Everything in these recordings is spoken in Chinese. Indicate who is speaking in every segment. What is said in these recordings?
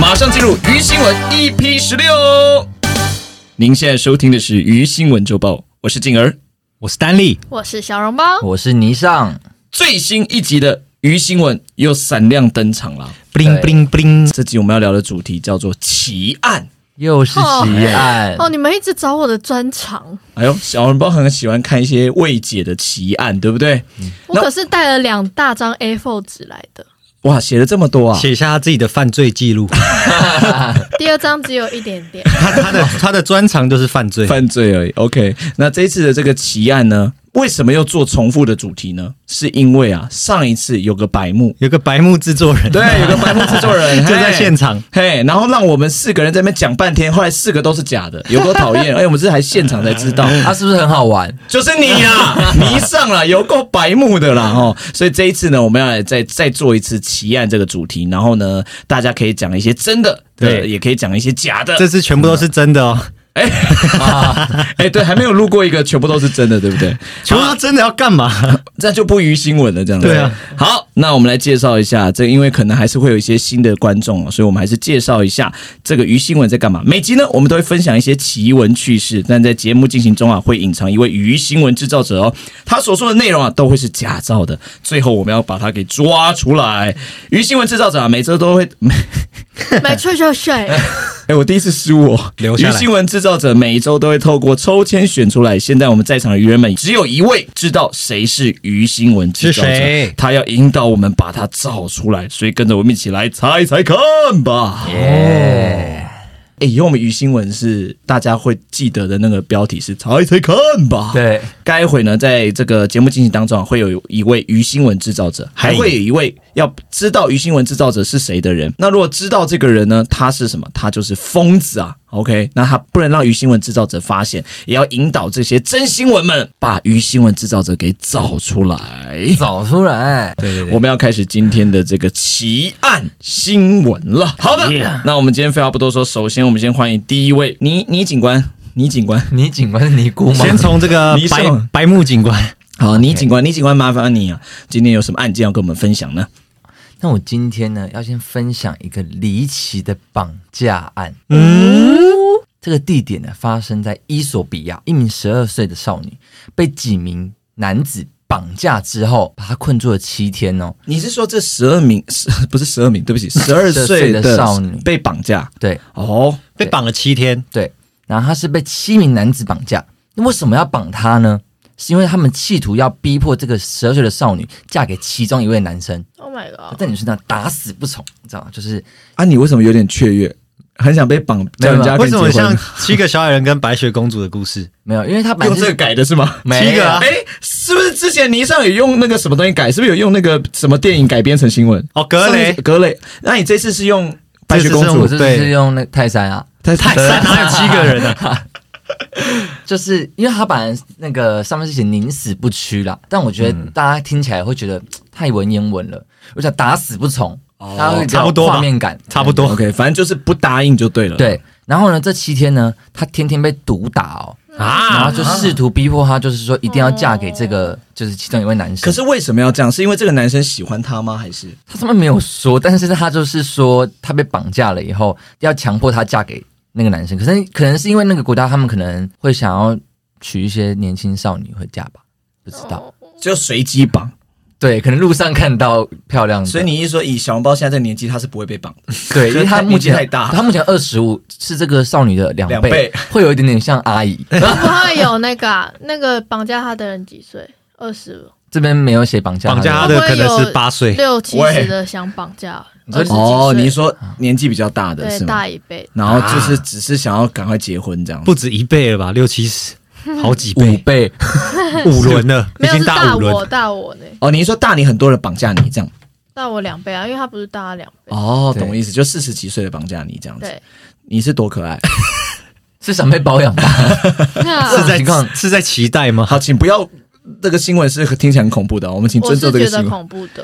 Speaker 1: 马上进入鱼新闻 EP 十六。您现在收听的是鱼新闻周报，我是静儿。
Speaker 2: 我是丹力，
Speaker 3: 我是小笼包，
Speaker 4: 我是霓裳，
Speaker 1: 最新一集的鱼新闻又闪亮登场啦！
Speaker 2: 布灵布灵布灵，
Speaker 1: 这集我们要聊的主题叫做奇案。
Speaker 4: 又是奇案，
Speaker 3: 哦，你们一直找我的专场，
Speaker 1: 哎呦，小人包很喜欢看一些未解的奇案，对不对？
Speaker 2: 嗯
Speaker 3: 我
Speaker 1: 那
Speaker 3: 可是带了两大张 A4 纸来的，
Speaker 1: 哇，写了这么多啊！
Speaker 2: 写下他自己的犯罪记录。
Speaker 3: 第二张只有一点点。
Speaker 2: 他他 的他的专长就是犯罪。
Speaker 1: 犯罪而已。OK，那这一次的这个奇案呢，为什么又做重复的主题呢？是因为啊，上一次有个白目，
Speaker 2: 有个白目制作人，
Speaker 1: 对，有个白目制作人
Speaker 2: 就在现。场，
Speaker 1: 嘿，然后让我们四个人在那边讲半天，后来四个都是假的，有多讨 厌！哎，我们这还现场才知道，
Speaker 4: 它是不是很好玩？
Speaker 1: 就是你 啦，迷上了，有够白目的啦哦。所以这一次呢，我们要来再再做一次奇案这个主题，然后呢，大家可以讲一些真的，对，
Speaker 2: 对
Speaker 1: 也可以讲一些假的。
Speaker 2: 这次全部都是真的哦，
Speaker 1: 哎， 哎，对，还没有录过一个全部都是真的，对不对？
Speaker 2: 全部都真的要干嘛？
Speaker 1: 这就不于新闻了，这样子。
Speaker 2: 对啊。
Speaker 1: 好，那我们来介绍一下这，因为可能还是会有一些新的观众哦，所以我们还是介绍一下这个于新闻在干嘛。每集呢，我们都会分享一些奇闻趣事，但在节目进行中啊，会隐藏一位于新闻制造者哦，他所说的内容啊，都会是假造的。最后我们要把他给抓出来。于新闻制造者啊，每周都会，
Speaker 3: 没吹就睡，
Speaker 1: 哎，我第一次失误哦。
Speaker 2: 留下
Speaker 1: 于
Speaker 2: 来
Speaker 1: 新闻制造者每一周都会透过抽签选出来。现在我们在场的愚人们只有一位知道谁是于新闻制造
Speaker 2: 是
Speaker 1: 者
Speaker 2: 谁，
Speaker 1: 他要引导我们把他造出来，所以跟着我们一起来猜猜看吧。
Speaker 4: 耶，
Speaker 1: 哎，以后我们于新闻是大家会记得的那个标题是猜猜看
Speaker 2: 哦
Speaker 1: 吧。。
Speaker 4: 对，
Speaker 1: 待会呢，在这个节目进行当中啊，会有一位鱼新闻制造者，还会有一位要知道鱼新闻制造者是谁的人。那如果知道这个人呢，他是什么？他就是疯子啊！OK，那他不能让鱼新闻制造者发现，也要引导这些真新闻们把鱼新闻制造者给找出来。
Speaker 4: 找出来，
Speaker 2: 对对对，
Speaker 1: 我们要开始今天的这个奇案新闻了。好的
Speaker 4: Yeah
Speaker 1: 那我们今天废话不多说，首先我们先欢迎第一位倪倪警官，倪警官。
Speaker 4: 你警官是尼姑吗？
Speaker 2: 先从这个
Speaker 1: 你
Speaker 2: 白
Speaker 1: 上
Speaker 2: 白目警官，
Speaker 1: 好，倪警官，倪警官，麻烦你啊，今天有什么案件要跟我们分享呢？
Speaker 4: 那我今天呢，要先分享一个离奇的绑架案。这个地点呢，发生在伊索比亚，一名十二岁的少女被几名男子绑架之后，把她困住了七天哦。
Speaker 1: 你是说这十二名 是不是十二名？对不起， 十二岁
Speaker 4: 岁的
Speaker 1: 的
Speaker 4: 少女
Speaker 1: 被绑架
Speaker 4: 对
Speaker 1: 哦，
Speaker 2: 被绑了七天，
Speaker 4: 对，然后她是被七名男子绑架。那为什么要绑她呢？是因为他们企图要逼迫这个十二岁的少女嫁给其中一位男生，
Speaker 3: Oh my
Speaker 2: 哦
Speaker 3: god！
Speaker 4: 但女生呢打死不从，你知道吗？就是
Speaker 1: 啊，你为什么有点雀跃？很想被绑，叫 人家啊跟
Speaker 2: 为
Speaker 1: 你
Speaker 2: 什
Speaker 1: 结
Speaker 2: 么
Speaker 1: 婚？
Speaker 2: 像七个小矮人跟白雪公主的故事？
Speaker 4: 没有，因为她本来
Speaker 1: 用
Speaker 4: 就
Speaker 1: 这
Speaker 4: 是
Speaker 1: 个改的是 吗？
Speaker 4: 没有
Speaker 2: 七个啊
Speaker 1: 哎、是不是之前倪尚有用那个什么东西改？是不是有用那个什么电影改编成新闻？
Speaker 2: 哦，格雷
Speaker 1: 上一，格雷，那你这次是用白雪公
Speaker 4: 我
Speaker 1: 主？
Speaker 4: 这
Speaker 2: 对
Speaker 4: 是用那泰山啊，
Speaker 1: 太
Speaker 2: 泰山哪有七个人啊？
Speaker 4: 就是因为他把那个上面是写宁死不屈啦，但我觉得
Speaker 1: 嗯
Speaker 4: 大家听起来会觉得嘖太文言文了，我想打死不从，
Speaker 1: 哦
Speaker 4: 他会比较
Speaker 2: 差不多吧
Speaker 4: 画面感，
Speaker 2: 差不多
Speaker 1: OK，反正就是不答应就对了。
Speaker 4: 对。然后呢，这七天呢，他天天被毒打哦，然
Speaker 2: 啊
Speaker 4: 后！就试图逼迫他，就是说一定要嫁给这个，就是其中一位男生。
Speaker 1: 啊可是为什么要这样？是因为这个男生喜欢她吗？还是
Speaker 4: 他他们没有说，但是他就是说他被绑架了以后，要强迫她嫁给那个男生。可是可能是因为那个国家，他们可能会想要娶一些年轻少女回家吧，不知道。
Speaker 3: 哦
Speaker 1: 就随机绑？
Speaker 4: 对，可能路上看到漂亮的，
Speaker 1: 所以你一说以小笼包现在这个年纪，他是不会被绑的。
Speaker 4: 对，因为他目前
Speaker 1: 太大
Speaker 4: 他目前二十五，是这个少女的两
Speaker 1: 两
Speaker 4: 倍，
Speaker 1: 倍
Speaker 4: 会有一点点像 阿姨。
Speaker 3: 不会有那个啊、那个绑架他的人几岁？二十
Speaker 4: 这边没有写绑架
Speaker 2: 绑架他
Speaker 4: 的，
Speaker 2: 的可能是八岁，
Speaker 3: 六七
Speaker 1: 喂
Speaker 3: 十的想绑架，
Speaker 4: 你说
Speaker 3: 二十几岁
Speaker 1: 哦，你说
Speaker 4: 啊
Speaker 1: 年纪比较大的
Speaker 3: 对
Speaker 1: 是吗
Speaker 3: 大？一倍，
Speaker 1: 然后就是只是想要赶快结婚这样。
Speaker 2: 不止一倍了吧？六 七十，好几
Speaker 4: 五
Speaker 2: 倍，
Speaker 4: 倍，
Speaker 2: 五轮了，已
Speaker 3: 没有
Speaker 2: 经
Speaker 3: 是
Speaker 2: 大
Speaker 3: 大
Speaker 2: 五轮
Speaker 3: 我。大我呢，
Speaker 1: 哦，你一说大你很多人绑架你这样。
Speaker 3: 大我两倍啊，因为他不是大他两倍。
Speaker 1: 哦，
Speaker 4: 对
Speaker 1: 懂我意思，就四十几岁的绑架你这样子。
Speaker 3: 对，
Speaker 1: 你是多可爱？
Speaker 4: 是想被包养吧？
Speaker 3: 那
Speaker 2: 是在
Speaker 4: 情况
Speaker 2: 是在期待吗？
Speaker 1: 好，请不要这个新闻是听起来很恐怖的哦，我们请
Speaker 3: 我
Speaker 1: 尊
Speaker 3: 是
Speaker 1: 重这个
Speaker 3: 觉
Speaker 1: 新
Speaker 3: 得
Speaker 1: 闻。
Speaker 3: 恐怖的，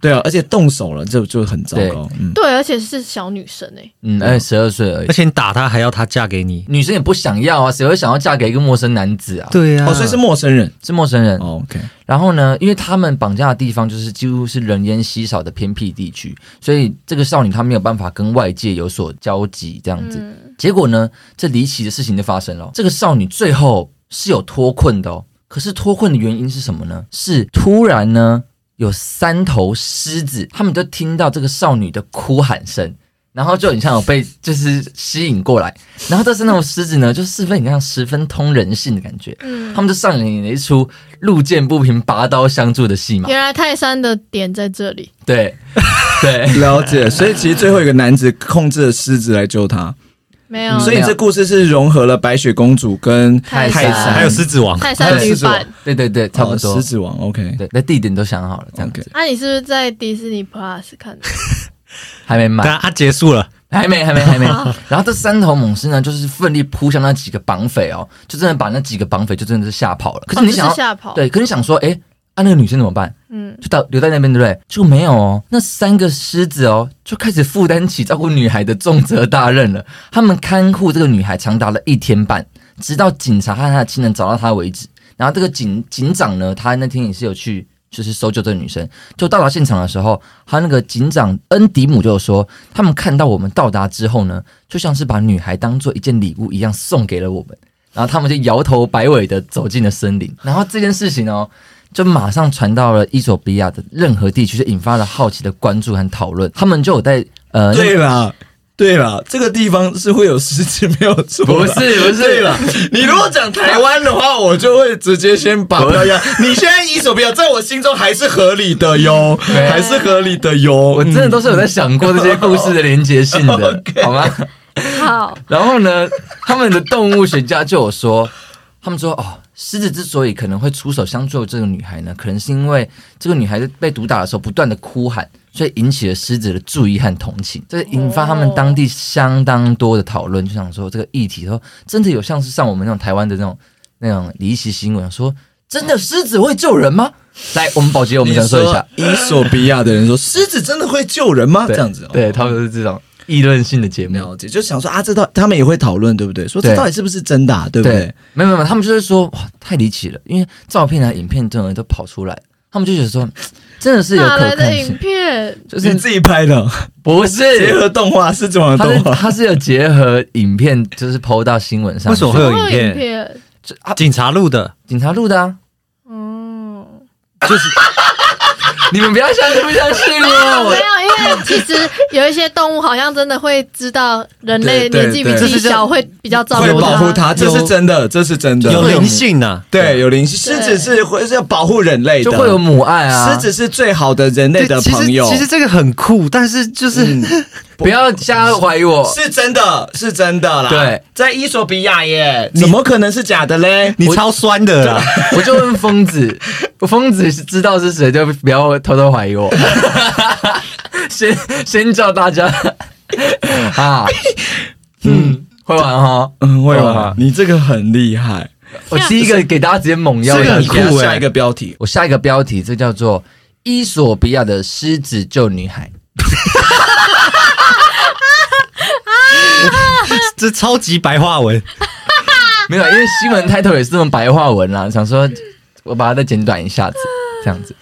Speaker 1: 对啊，而且动手了，这就很糟糕。嗯，
Speaker 3: 对，而且是小女生哎、
Speaker 4: 嗯，而且十二岁而已
Speaker 2: 而，且你打她还要她嫁给你，
Speaker 4: 女生也不想要啊，谁会想要嫁给一个陌生男子啊？，
Speaker 2: 对呀
Speaker 1: 哦，所以是陌生人。
Speaker 4: 是陌生人。
Speaker 1: 哦 OK，
Speaker 4: 然后呢，因为他们绑架的地方就是几乎是人烟稀少的偏僻地区，所以这个少女她没有办法跟外界有所交集，嗯这样子。
Speaker 3: 嗯
Speaker 4: 结果呢，这离奇的事情就发生了哦。这个少女最后是有脱困的哦，可是脱困的原因是什么呢？是突然呢有三头狮子，他们就听到这个少女的哭喊声。然后就很像有被就是吸引过来，然后这三头狮子呢，就十分很像十分通人性的感觉，
Speaker 3: 嗯
Speaker 4: 他，们就上演了一出路见不平拔刀相助的戏嘛。
Speaker 3: 原来泰山的点在这里，
Speaker 4: 对，对，
Speaker 1: 了解。所以其实最后一个男子控制了狮子来救他，
Speaker 3: 没有，
Speaker 1: 嗯所以这故事是融合了白雪公主跟呃
Speaker 3: 泰
Speaker 1: 山
Speaker 3: 山
Speaker 2: 还有狮子王，
Speaker 3: 泰山女版。
Speaker 4: 对对对，差不
Speaker 1: 哦
Speaker 4: 多
Speaker 1: 狮。子王。OK，
Speaker 4: 对，那地点都想好了，这样
Speaker 1: OK
Speaker 4: 子
Speaker 3: 那、你是不是在迪士尼 Plus 看的？
Speaker 4: 还没
Speaker 2: 但
Speaker 4: 买，
Speaker 2: 她啊结束了，
Speaker 4: 还没，还没，还没。然后这三头猛狮呢，就是奋力扑向那几个绑匪哦，就真的把那几个绑匪就真的是吓跑了。可是你
Speaker 3: 哦
Speaker 4: 想
Speaker 3: 就
Speaker 4: 要
Speaker 3: 是吓跑
Speaker 4: 对，可是你想说，哎，啊那个女生怎么办？
Speaker 3: 嗯，
Speaker 4: 就到留在那边，对不对？就没有哦。那三个狮子哦，就开始负担起照顾女孩的重责大任了。他们看护这个女孩长达了一天半，直到警察和他的亲人找到她为止。然后这个警警长呢，他那天也是有去。就是搜救这个女生，就到达现场的时候，他那个警长恩迪姆就有说，他们看到我们到达之后呢，就像是把女孩当做一件礼物一样送给了我们，然后他们就摇头摆尾的走进了森林。然后这件事情哦，就马上传到了伊索比亚的任何地区，就引发了好奇的关注和讨论。他们就有在呃，那
Speaker 1: 对啦。对啦，这个地方是会有狮子，没有错。
Speaker 4: 不是不
Speaker 1: 对
Speaker 4: 是
Speaker 1: 啦，你如果讲台湾的话，我就会直接先把标压。你现在一手标，在我心中还是合理的哟，
Speaker 4: 对
Speaker 1: 还是合理的哟。
Speaker 4: 我真的
Speaker 1: 嗯
Speaker 4: 都是有在想过这些故事的连结 性的，好吗？
Speaker 3: 好，
Speaker 4: 然后呢，他们的动物学家就有说，他们说哦，狮子之所以可能会出手相救这个女孩呢，可能是因为这个女孩在被毒打的时候不断的哭喊，所以引起了狮子的注意和同情，这引发他们当地相当多的讨论，就想说这个议题说真的有像是像我们那种台湾的那种那种离奇新闻说。真的狮子会救人吗？来，我们保洁，我
Speaker 1: 我
Speaker 4: 们想说一下，，
Speaker 1: 伊索比亚的人说，狮子真的会救人吗？
Speaker 4: 对
Speaker 1: 这样子，
Speaker 4: 对
Speaker 1: 哦
Speaker 4: 他们是这种议论性的节目，
Speaker 1: 了解，就想说啊，这到他们也会讨论，对不对？说这
Speaker 4: 对
Speaker 1: 到底是不是真的啊，对不对？
Speaker 4: 没有没有，他们就是说哇，太离奇了，因为照片啊、影片这种都跑出来，他们就觉得说，真的是有
Speaker 3: 哪
Speaker 4: 可
Speaker 3: 来
Speaker 4: 看
Speaker 3: 的影
Speaker 4: 性，
Speaker 3: 片？
Speaker 4: 就是
Speaker 1: 你自己拍的，
Speaker 4: 不
Speaker 1: 结
Speaker 4: 是，
Speaker 1: 合动画，狮子王的
Speaker 4: 它
Speaker 1: 动
Speaker 4: 是
Speaker 1: 画。
Speaker 4: 它是有结合影片，就是抛到新闻上去。
Speaker 2: 为什么会有影
Speaker 3: 影
Speaker 2: 片？
Speaker 3: 片？
Speaker 4: 这啊？
Speaker 2: 警察录的，
Speaker 4: 警察录的啊！
Speaker 3: 嗯，
Speaker 4: 你们不要相信不相信
Speaker 3: 啊没
Speaker 4: 我？
Speaker 3: 有，因 为其实有一些动物好像真的会知道人
Speaker 1: 对
Speaker 3: 类
Speaker 1: 对
Speaker 3: 年纪比
Speaker 1: 对
Speaker 3: 自己
Speaker 4: 这是
Speaker 3: 小，会比较照
Speaker 1: 会
Speaker 3: 顾
Speaker 1: 保护
Speaker 3: 它。
Speaker 1: 它，这是
Speaker 2: 有
Speaker 1: 真的，这是真的。
Speaker 2: 有灵性啊呐，
Speaker 1: 啊对，有灵性，狮子是会是要保护人类的，
Speaker 4: 就会有母爱啊！
Speaker 1: 狮子是最好的人类的
Speaker 2: 其实
Speaker 1: 朋友，嗯
Speaker 2: 其实这个很酷，但是就是
Speaker 4: 不要瞎怀疑我。
Speaker 1: 是真的，是真的啦。
Speaker 4: 对，
Speaker 1: 在伊索比亚耶，怎么可能是假的嘞？
Speaker 2: 你超酸的啦。
Speaker 4: 我就问疯子，疯子知道是谁，就不要偷偷怀疑我。 先先叫大家 啊，嗯，会玩哈，
Speaker 1: 嗯，会
Speaker 4: 哇
Speaker 1: 吧？你这个很厉害，
Speaker 4: 我第一个给大家直接猛
Speaker 1: 这
Speaker 4: 药
Speaker 1: 个
Speaker 4: 下
Speaker 1: 你
Speaker 4: 去
Speaker 1: 给他
Speaker 2: 酷欸
Speaker 1: 下一个标题，
Speaker 4: 我下一个标题，这叫做《伊索比亚的狮子救女孩》。
Speaker 2: 这超级白话文，
Speaker 4: 没有，因为新闻 title 也是这么白话文啦，想说我把它再简短一下子，这样子。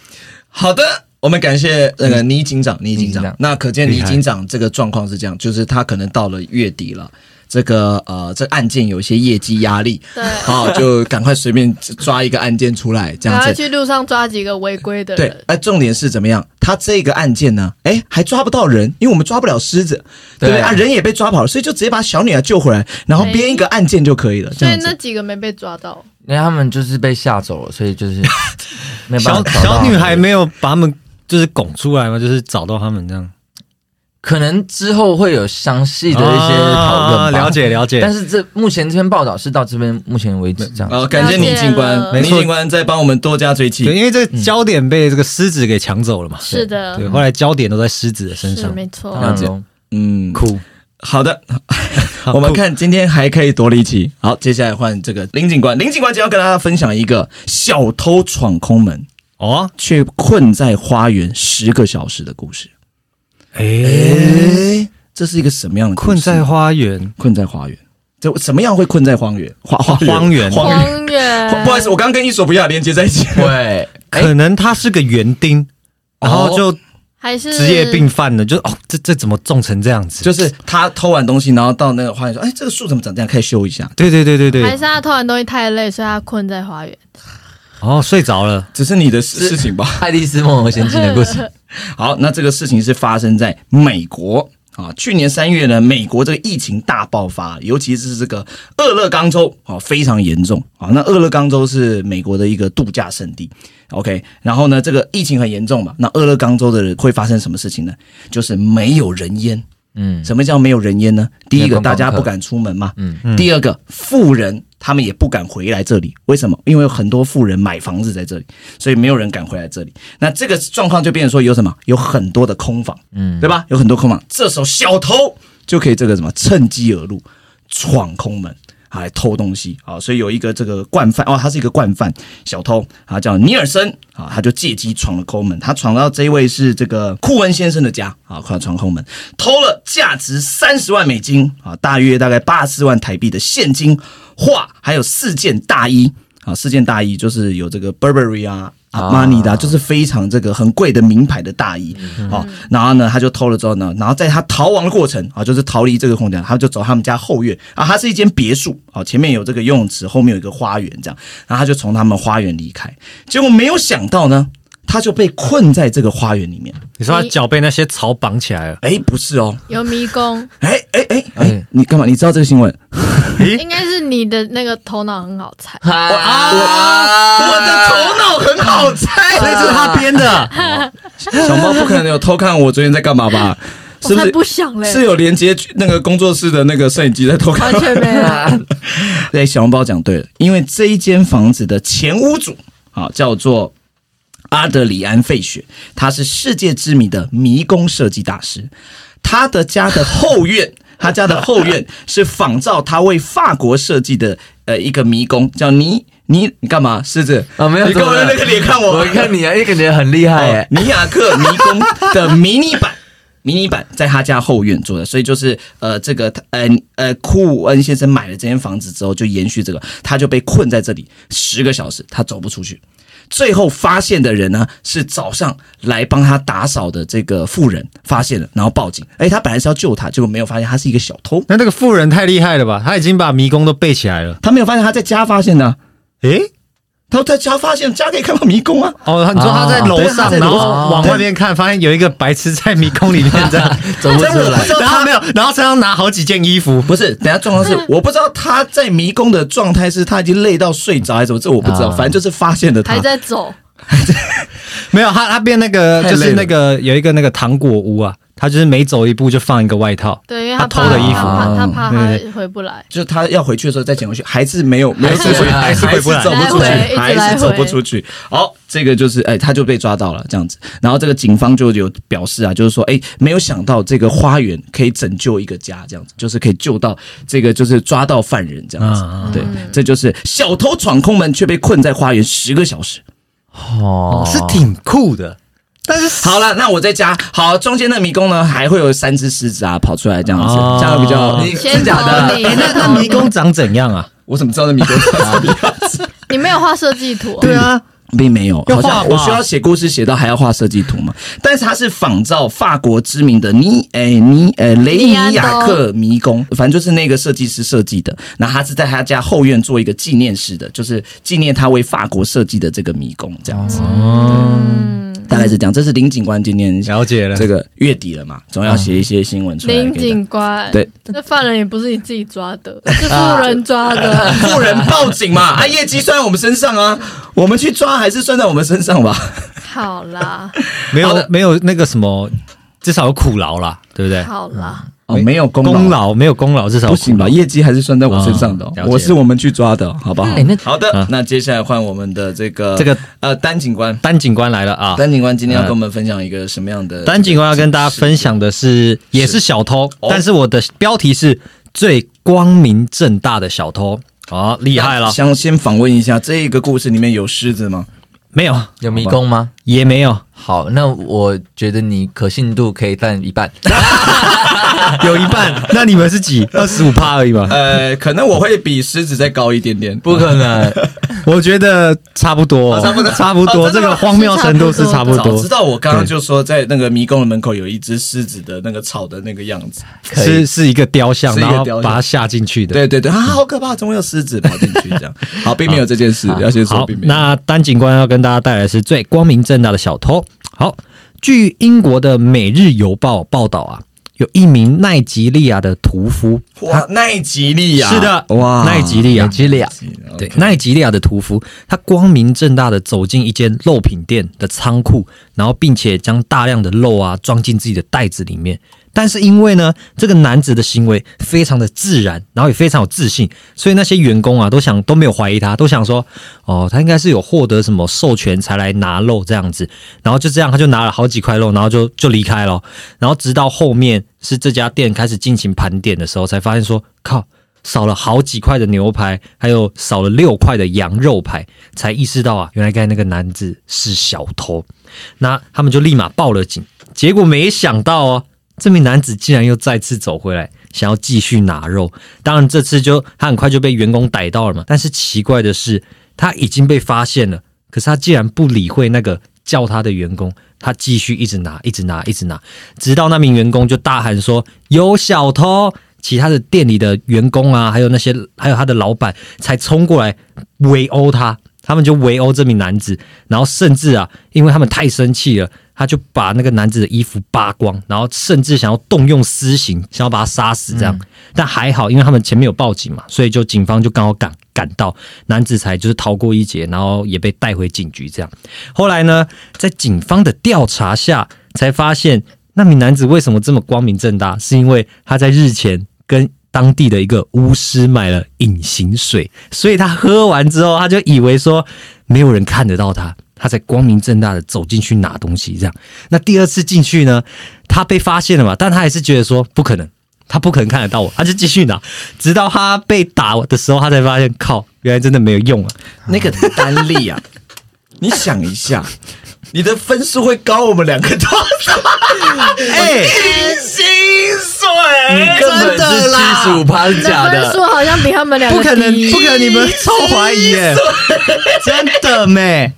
Speaker 1: 好的，我们感谢那个倪警长，倪警
Speaker 4: 倪警
Speaker 1: 长
Speaker 4: 长。
Speaker 1: 那可见
Speaker 2: 厉
Speaker 1: 倪
Speaker 2: 害
Speaker 1: 警长这个状况是这样，就是他可能到了月底了，这个呃，这案件有一些业绩压力，
Speaker 3: 对，
Speaker 1: 好，就赶快随便抓一个案件出来，这
Speaker 3: 赶
Speaker 1: 样
Speaker 3: 快
Speaker 1: 子。
Speaker 3: 去路上抓几个违规的
Speaker 1: 对
Speaker 3: 人，。
Speaker 1: 哎，重点是怎么样？他这个案件呢，哎，还抓不到人，因为我们抓不了狮子，对不对
Speaker 4: 对
Speaker 1: 啊？人也被抓跑了，所以就直接把小女孩救回来，然后编一个案件就可以了，这
Speaker 3: 所以
Speaker 1: 样
Speaker 3: 那
Speaker 1: 子。
Speaker 3: 几个没被抓到，
Speaker 4: 因为他们就是被吓走了，所以就是没办
Speaker 2: 小
Speaker 4: 法找到
Speaker 2: 小
Speaker 4: 他们
Speaker 2: 女孩没有把他们就是拱出来吗？就是找到他们这样，
Speaker 4: 可能之后会有详细
Speaker 2: 记
Speaker 4: 的一些讨论吧、
Speaker 2: 了。解了解。
Speaker 4: 但是这目前这篇报道是到这边目前为止这样子。
Speaker 1: 好，感谢
Speaker 3: 了解
Speaker 1: 倪警官，
Speaker 3: 了
Speaker 1: 倪警官再帮我们多加追击
Speaker 2: 对，。因为这个焦点被这个狮子给抢走了嘛。
Speaker 3: 是的
Speaker 2: 对，，后来焦点都在狮子的身
Speaker 3: 是
Speaker 2: 上。
Speaker 3: 没错
Speaker 4: 当。然咯
Speaker 1: 嗯，
Speaker 2: 酷，
Speaker 1: 好的，
Speaker 2: 好
Speaker 1: 我们
Speaker 2: 酷
Speaker 1: 看今天还可以多离奇。好，接下来换这个林警官，林警官今天要跟大家分享一个小偷闯空门
Speaker 2: 哦，
Speaker 1: 却困在花园十个小时的故事。哎
Speaker 2: 诶，
Speaker 1: 这是一个什么样的故事
Speaker 2: 哎困在花园，
Speaker 1: 困在花园？这什么样会困在荒原？花花
Speaker 2: 荒原
Speaker 1: 荒原。
Speaker 3: 荒原，
Speaker 1: 不好意思，我刚刚跟伊索比亚连接在一起。
Speaker 4: 对，哎、
Speaker 2: 可能他是个园丁，然后就
Speaker 3: 还是
Speaker 2: 职业病犯了，就哦，这这怎么种成这样子？
Speaker 1: 就是他偷完东西，然后到那个花园说：“哎，这个树怎么长这样？可以修一下。
Speaker 2: 对对对对
Speaker 3: 还
Speaker 2: 对，
Speaker 3: 是他偷完东西太累，所以他困在花园。
Speaker 2: 哦，睡着了”，
Speaker 1: 只是你的事事情吧。
Speaker 4: 爱丽丝梦游仙境的故事，
Speaker 1: 好，那这个事情是发生在美国啊。去年三月呢，美国这个疫情大爆发，尤其是这个俄勒冈州啊，非常严重啊。那俄勒冈州是美国的一个度假胜地，OK。然后呢，这个疫情很严重嘛，那俄勒冈州的人会发生什么事情呢？就是没有人烟。
Speaker 4: 嗯，
Speaker 1: 什么叫没有人烟呢？第一
Speaker 4: 没
Speaker 1: 个，
Speaker 4: 有观光
Speaker 1: 大家
Speaker 4: 客
Speaker 1: 不敢出门嘛。
Speaker 4: 嗯
Speaker 1: 嗯。第二个，富人他们也不敢回来这里，为什么？因为有很多富人买房子在这里，所以没有人敢回来这里。那这个状况就变成说有什么？有很多的空房，嗯，对吧？有很多空房，这时候小偷就可以这个什么趁机而入，闯空门。啊来偷东西啊，所以有一个这个惯犯哦，他是一个惯犯小偷啊，叫尼尔森啊，他就借机闯了空门，他闯到这一位是这个库恩先生的家啊，快闯空门，偷了价值三十万美金啊，大约大概八十四万台币的现金、画，还有四件大衣啊，四件大衣就是有这个 Burberry 啊。阿玛尼的啊、就是非常这个很贵的名牌的大衣，好、然后呢，他就偷了之后呢，然后在他逃亡的过程啊，就是逃离这个空间，他就走他们家后院啊，它是一间别墅，啊，前面有这个游泳池，后面有一个花园这样，然后他就从他们花园离开，结果没有想到呢，他就被困在这个花园里面，
Speaker 2: 你说他脚被那些草绑起来了，
Speaker 1: 哎，不是哦，
Speaker 3: 有迷宫，
Speaker 1: 哎哎哎哎
Speaker 4: 哎，
Speaker 1: 你干嘛？你知道这个新闻？
Speaker 3: 应该是你的那个头脑很好 猜。
Speaker 4: 啊，
Speaker 1: 我的头脑很好猜，
Speaker 2: 所以这是他编的，
Speaker 1: 小猫不可能有偷看我昨天在干嘛吧？是
Speaker 3: 我才
Speaker 1: 是？
Speaker 3: 不哎想嘞，
Speaker 1: 是有连接那个工作室的那个摄影机在偷看
Speaker 3: 完。全没有。
Speaker 1: 对，哎小笼包讲对了，因为这一间房子的前屋主啊叫做阿德里安·费雪，他是世界知名的迷宫设计大师。他的家的后院，他家的后院是仿照他为法国设计的呃一个迷宫，叫尼尼，你干嘛？狮子
Speaker 4: 啊没有
Speaker 1: 你
Speaker 4: 怎
Speaker 1: 跟
Speaker 4: 么
Speaker 1: 我
Speaker 4: 了
Speaker 1: 那个脸看我，
Speaker 4: 我看你啊，也感觉很厉害
Speaker 1: 哦
Speaker 4: 哎，
Speaker 1: 尼雅克迷宫的迷你版。迷你版在他家后院做的，所以就是呃，这个呃呃库恩先生买了这间房子之后，就延续这个，他就被困在这里十个小时，他走不出去。最后发现的人呢，是早上来帮他打扫的这个妇人发现了，然后报警。哎，他本来是要救他，结果没有发现他是一个小偷，
Speaker 2: 那这个富人太厉害了吧？他已经把迷宫都背起来了。
Speaker 1: 他没有发现他在家发现的啊、
Speaker 2: 诶，
Speaker 1: 他在家发现家可以看到迷宫啊。
Speaker 2: 哦，你说他在楼
Speaker 1: 啊对
Speaker 2: 上，
Speaker 1: 他在
Speaker 2: 然
Speaker 1: 楼
Speaker 2: 后
Speaker 1: 上
Speaker 2: 往外面看，发现有一个白痴在迷宫里面这 样，
Speaker 4: 走不出来，
Speaker 2: 然后没有，然后身上拿好几件衣服，
Speaker 1: 不是，等下状况 是，我不知道他在迷宫的状态是他已经累到睡着还是什么，这我不知道，
Speaker 4: 啊
Speaker 1: 反正就是发现了他
Speaker 3: 还。在走，
Speaker 2: 没有他他变那个
Speaker 1: 太累
Speaker 2: 就是那个有一个那个糖果屋啊，他就是每走一步就放一个外套，
Speaker 3: 对，因为
Speaker 2: 他
Speaker 3: 怕
Speaker 2: 偷的衣服
Speaker 3: 他怕他怕
Speaker 2: 嗯对
Speaker 3: 他回不来。
Speaker 1: 就是他要回去的时候再捡回去，还是没有没有
Speaker 4: 还是回不来
Speaker 1: 还是回不来，走不出去
Speaker 3: 来回一，直来回
Speaker 1: 还是走不出去。好，这个就是哎，他就被抓到了这样子。然后这个警方就有表示啊，就是说哎，没有想到这个花园可以拯救一个家，这样子就是可以救到这个就是抓到犯人这样子。
Speaker 2: 嗯
Speaker 1: 对，这就是小偷闯空门却被困在花园十个小时。
Speaker 4: 哦
Speaker 2: 是挺酷的，但是
Speaker 1: 好了，那我在家。好，中间的迷宫呢，还会有三只狮子啊跑出来这样子，
Speaker 2: 哦
Speaker 1: 这样比较。
Speaker 4: 你
Speaker 3: 先
Speaker 4: 真假
Speaker 3: 偷
Speaker 4: 的
Speaker 3: 你，
Speaker 2: 哎，那那迷宫长怎样啊？
Speaker 1: 我怎么知道那迷宫是什么样子？
Speaker 3: 你没有画设计图哦，
Speaker 2: 对啊，
Speaker 1: 并没有，
Speaker 2: 要
Speaker 1: 好
Speaker 2: 画
Speaker 1: 像我
Speaker 2: 吧
Speaker 1: 需要写故事写到还要画设计图嘛？但是它是仿照法国知名的尼哎尼哎雷尼亚克迷宫，反正就是那个设计师设计的。那他是在他家后院做一个纪念式的，就是纪念他为法国设计的这个迷宫，这样子，
Speaker 2: 哦
Speaker 3: 嗯，
Speaker 1: 大概是这样。这是林警官今年
Speaker 2: 了解了
Speaker 1: 这，个月底了嘛，总要写一些新闻出来给
Speaker 3: 林
Speaker 1: 大家。
Speaker 3: 警官，
Speaker 1: 对，
Speaker 3: 那犯人也不是你自己抓 的，是富人抓的。
Speaker 2: 啊
Speaker 1: 富人报警 嘛，啊，业绩算在我们身上啊，我们去抓还是算在我们身上吧。
Speaker 3: 好啦，
Speaker 2: 没
Speaker 1: 好
Speaker 2: 有
Speaker 1: 的
Speaker 2: 没有那个什么，至少有苦劳啦，对不对？
Speaker 3: 好啦，
Speaker 1: 哦，没有功劳
Speaker 2: 功劳没有功劳，至少有
Speaker 1: 不行
Speaker 2: 功劳
Speaker 1: 吧？业绩还是算在我身上的哦、
Speaker 2: 哦了解
Speaker 1: 我是我们去抓的，好不好？
Speaker 4: 哎那
Speaker 1: 好的、
Speaker 2: 啊
Speaker 1: 那接下来换我们的这个
Speaker 2: 这个
Speaker 1: 呃丹警官，
Speaker 2: 丹警官来了啊！
Speaker 1: 丹警官今天要跟我们分享一个什么样的？
Speaker 2: 丹警官要跟大家分享的是，也是小偷，
Speaker 1: 哦
Speaker 2: 但是我的标题是最光明正大的小偷。哦，厉害了！
Speaker 1: 想先访问一下，这个故事里面有狮子吗？
Speaker 2: 没有，
Speaker 4: 有迷宫吗？
Speaker 2: 也 没有，
Speaker 4: 好，那我觉得你可信度可以占一半。
Speaker 2: 有一 半。那你们是几？二十五趴而已吧？
Speaker 1: 呃，可能我会比狮子再高一点点，
Speaker 4: 不可 能，
Speaker 2: 我觉多，差不多，
Speaker 1: 哦差不多
Speaker 2: 差不
Speaker 1: 哦
Speaker 2: 多。
Speaker 1: 真的吗
Speaker 2: 这个荒谬程度是差不
Speaker 1: 早
Speaker 2: 多
Speaker 1: 知，道我刚刚就说，在那个迷宫的门口有一只狮子的那个草的那个样子。
Speaker 4: 可以
Speaker 2: 是是一个雕像，
Speaker 1: 是一个
Speaker 2: 然后
Speaker 1: 雕像
Speaker 2: 把它下进去的。
Speaker 1: 对对对，啊，好可怕，怎么会有狮子跑进去这 样？好，并没有这件事，要先说
Speaker 2: 好
Speaker 1: 并，没有。
Speaker 2: 那丹警官要跟大家带来的是最光明正大的小偷。好，据英国的《每日邮报》报道啊，有一名奈及利亚的屠夫，
Speaker 1: 哇，奈吉利啊亚
Speaker 2: 是的，
Speaker 1: 哇，
Speaker 2: 奈及利亚
Speaker 4: 有，几
Speaker 1: 啊
Speaker 4: 俩？
Speaker 2: 对，奈及利亚的屠夫，他光明正大的走进一间肉品店的仓库，然后并且将大量的肉啊装进自己的袋子里面。但是因为呢，这个男子的行为非常的自然，然后也非常有自信，所以那些员工啊都想都没有怀疑他，都想说，哦，他应该是有获得什么授权才来拿肉这样子。然后就这样，他就拿了好几块肉，然后就就离开了哦。然后直到后面是这家店开始进行盘点的时候，才发现说，靠，少了好几块的牛排，还有少了六块的羊肉排，才意识到啊，原来刚才那个男子是小偷。那他们就立马报了警，结果没想到哦，这名男子竟然又再次走回来，想要继续拿肉。当然，这次就他很快就被员工逮到了嘛。但是奇怪的是，他已经被发现了，可是他竟然不理会那个叫他的员工，他继续一直拿，一直拿，一直拿，直到那名员工就大喊说：“有小偷！”其他的店里的员工啊，还有那些，还有他的老板，才冲过来围殴他。他们就围殴这名男子，然后甚至啊，因为他们太生气了，他就把那个男子的衣服扒光，然后甚至想要动用私刑，想要把他杀死这样。但还好，因为他们前面有报警嘛，所以就警方就刚好赶赶到，男子才就是逃过一劫，然后也被带回警局这样。后来呢，在警方的调查下，才发现那名男子为什么这么光明正大，是因为他在日前跟当地的一个巫师买了隐形水，所以他喝完之后，他就以为说没有人看得到他，他才光明正大的走进去拿东西这样。那第二次进去呢，他被发现了嘛，但他还是觉得说不可能。他不可能看得到我，他就继续拿，直到他被打的时候，他才发现，靠，原来真的没有用啊！
Speaker 1: 那个丹利 啊，你想一下，你的分数会高我们两个多少？
Speaker 2: 哎、
Speaker 1: 薪水
Speaker 4: 你根本是七十五趴是假
Speaker 3: 那分数
Speaker 4: 的，
Speaker 3: 好像比他们两
Speaker 2: 哎不
Speaker 3: 个
Speaker 2: 可能，
Speaker 3: 低
Speaker 2: 不可能！你们超怀疑耶，真的咩？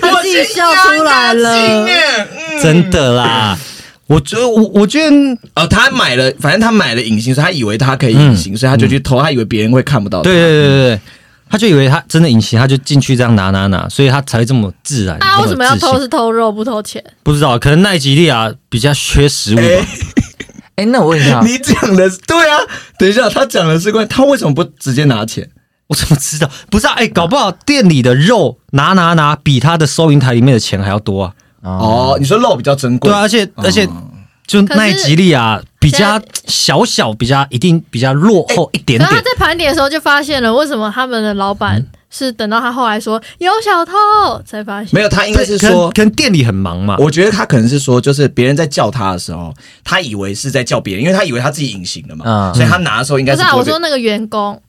Speaker 3: 他自己笑出来了。
Speaker 2: 欸真的啦！我觉得我我觉得
Speaker 1: 哦，他买了，反正他买了隐形，所以他以为他可以隐形，所以他就去偷，他以为别人会看不到。
Speaker 2: 对对，对对对，他就以为他真的隐形，他就进去这样拿拿拿，所以他才会这么自然。
Speaker 3: 啊他为什么要
Speaker 2: 这
Speaker 3: 偷？
Speaker 2: 自信
Speaker 3: 是偷肉不偷钱？
Speaker 2: 不知道，可能奈吉利亚比较缺食物吧。
Speaker 1: 哎
Speaker 4: 哎，那我问一下，
Speaker 1: 你讲的是对啊，等一下，他讲的是关，他为什么不直接拿钱？
Speaker 2: 我怎么知道？不是啊，哎、搞不好店里的肉拿拿拿比他的收银台里面的钱还要多啊。
Speaker 1: 哦，你说肉比较珍贵，
Speaker 2: 对啊，而且而且。就
Speaker 3: 可是
Speaker 2: 奈吉利亚比较
Speaker 3: 现
Speaker 2: 小小，比较一定比较落后一点
Speaker 3: 然哎后他
Speaker 2: 点。
Speaker 3: 啊在盘点的时候就发现了，为什么他们的老板是等到他后来说有小偷才发现？
Speaker 1: 没有，他应该是
Speaker 2: 可能
Speaker 1: 说
Speaker 2: 可能店里很忙嘛。
Speaker 1: 我觉得他可能是说，就是别人在叫他的时候，他以为是在叫别人，因为他以为他自己隐形了嘛，
Speaker 4: 嗯
Speaker 1: 所以他拿的时候应该
Speaker 3: 不
Speaker 1: 是
Speaker 3: 是啊，
Speaker 1: 不
Speaker 3: 我
Speaker 1: 会被
Speaker 3: 说那个员工，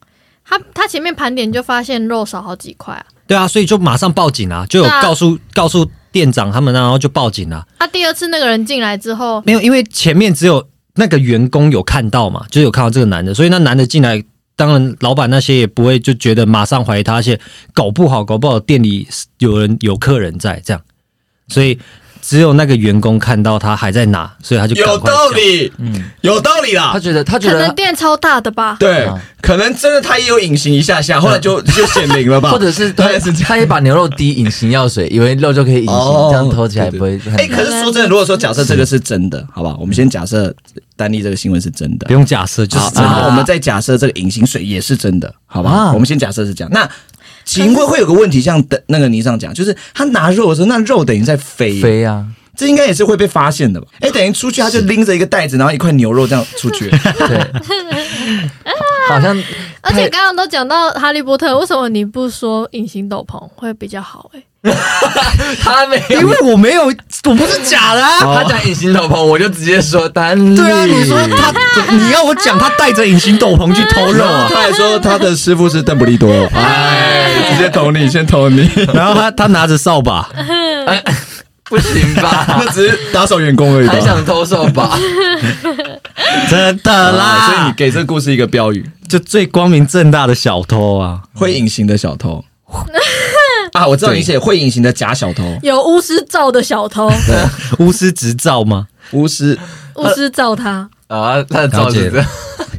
Speaker 3: 他他前面盘点就发现肉少好几块啊，
Speaker 2: 对啊，所以就马上报警啊，就有
Speaker 3: 对啊
Speaker 2: 告诉、告诉店长他们，然后就报警啊。
Speaker 3: 他第二次那个人进来之后，
Speaker 2: 没有，因为前面只有那个员工有看到嘛，就是有看到这个男的，所以那男的进来，当然老板那些也不会就觉得马上怀疑他，而且搞不好搞不好店里有人有客人在这样，所以只有那个员工看到他还在拿，所以他就赶
Speaker 1: 有
Speaker 2: 快
Speaker 1: 道
Speaker 2: 叫。
Speaker 1: 理，嗯，有道理啦
Speaker 4: 他。觉得他觉
Speaker 3: 可能
Speaker 4: 得，
Speaker 3: 店超大的吧？
Speaker 1: 对
Speaker 4: 嗯，
Speaker 1: 可能真的他也有隐形一下下，后来就就显灵了吧，
Speaker 4: 或者是
Speaker 1: 他
Speaker 4: 他
Speaker 1: 也是这样。
Speaker 4: 他也把牛肉滴隐形药水，以为肉就可以隐
Speaker 1: 哦
Speaker 4: 形，这样偷起来不会很
Speaker 1: 哎、可是说真的，如果说假设这个是真的，好吧，我们先假设丹妮这个新闻是真的
Speaker 2: 不，用假设，就是
Speaker 1: 好
Speaker 2: 真的。
Speaker 1: 然后我们再假设这个隐形水也是真的，好吧？
Speaker 4: 啊
Speaker 1: 我们先假设是这样。那秦桧会有个问题，像的那个倪尚讲，就是他拿肉的时候，那肉等于在飞，
Speaker 4: 肥啊，
Speaker 1: 这应该也是会被发现 的吧？哎，等于出去他就拎着一个袋子，然后一块牛肉这样出 去。
Speaker 4: 对，好像
Speaker 3: 而且刚刚都讲到哈利波特，为什么你不说隐形斗篷会比较好、欸？
Speaker 4: 他没有
Speaker 2: 因为我没有，我不是假的啊。
Speaker 1: 哦
Speaker 4: 他讲隐形斗篷，我就直接说丹尼。
Speaker 2: 对啊，你说他，你要我讲他带着隐形斗篷去偷 肉啊？
Speaker 1: 他还说他的师傅是邓布利多，哎，直接投你，先投 你，
Speaker 2: 然后他他拿着扫把，
Speaker 4: 呃不行吧？
Speaker 1: 那只 是打扫员工而已吧
Speaker 4: 还。想偷手吧？
Speaker 2: 真的
Speaker 1: 啊
Speaker 2: 啦，
Speaker 1: 所以你给这个故事一个标语：
Speaker 2: 就最光明正大的小偷啊，
Speaker 1: 会隐形的小 偷。啊，我知道你写会隐形的假小偷，
Speaker 3: 有巫师罩的小偷，
Speaker 2: 巫师执照吗？
Speaker 1: 巫师。
Speaker 3: 巫师罩他。
Speaker 4: 啊，那早就这样。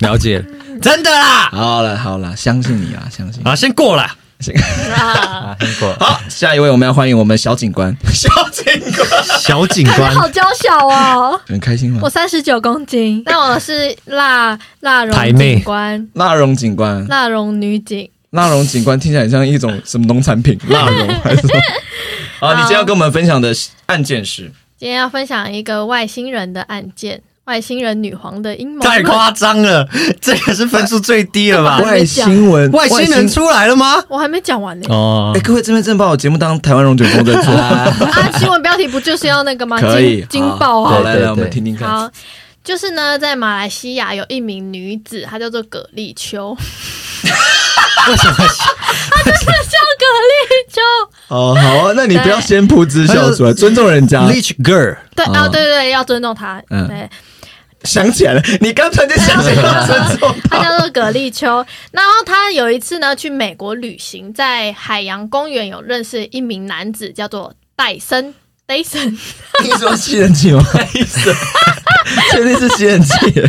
Speaker 2: 了解了，真的啦。
Speaker 1: 好了好了，相信你啊，相信你。
Speaker 2: 啊，先过了。
Speaker 3: 啊，
Speaker 4: 啊，很果
Speaker 1: 好，下一位我们要欢迎我们小警官，小警官，
Speaker 2: 小警
Speaker 3: 大家好
Speaker 2: 官，
Speaker 3: 娇小哦。
Speaker 1: 很开心吗
Speaker 3: 我？三十九公斤，但我是辣辣
Speaker 2: 台
Speaker 3: 绒
Speaker 2: 妹
Speaker 3: 警官，
Speaker 1: 蜡绒警
Speaker 2: 嗯
Speaker 1: 官，
Speaker 3: 辣绒女警。
Speaker 1: 蜡绒警官听起来很像一种什么农产 品，蜡绒还是什么？ 好，你今天要跟我们分享的案件是
Speaker 3: 今天要分享一个外星人的案件，外星人女皇的阴谋论。
Speaker 2: 太夸张了，这个是分数最低了 吧？
Speaker 3: 外星
Speaker 1: 呃文
Speaker 2: 外星人。出来了吗？
Speaker 3: 我还没讲完呢、
Speaker 2: 哦
Speaker 1: 哎，，各位这边真的把我节目当台湾荣卷风在做，
Speaker 3: 啊！新闻标题不就是要那个 吗？
Speaker 1: 可以
Speaker 3: 惊惊爆
Speaker 1: 好，
Speaker 3: 啊！
Speaker 1: 来来，我们听听看。
Speaker 3: 好，就是呢，在马来西亚有一名女子，她叫做葛丽秋，
Speaker 2: 为什么？
Speaker 3: 叫葛丽秋。
Speaker 1: 哦，好啊，那你不要先铺支笑出来，尊重人家。
Speaker 2: Leech Girl，
Speaker 3: 对啊，
Speaker 1: 哦
Speaker 3: 对对对，要尊重她。
Speaker 1: 嗯
Speaker 3: 对，
Speaker 1: 想起来了，你刚才就想起来 要尊重
Speaker 3: 她叫做葛丽秋。然后她有一次呢去美国旅行，在海洋公园有认识一名男子，叫做戴森。戴森，
Speaker 1: 你说吸尘 器吗？确定是吸尘器。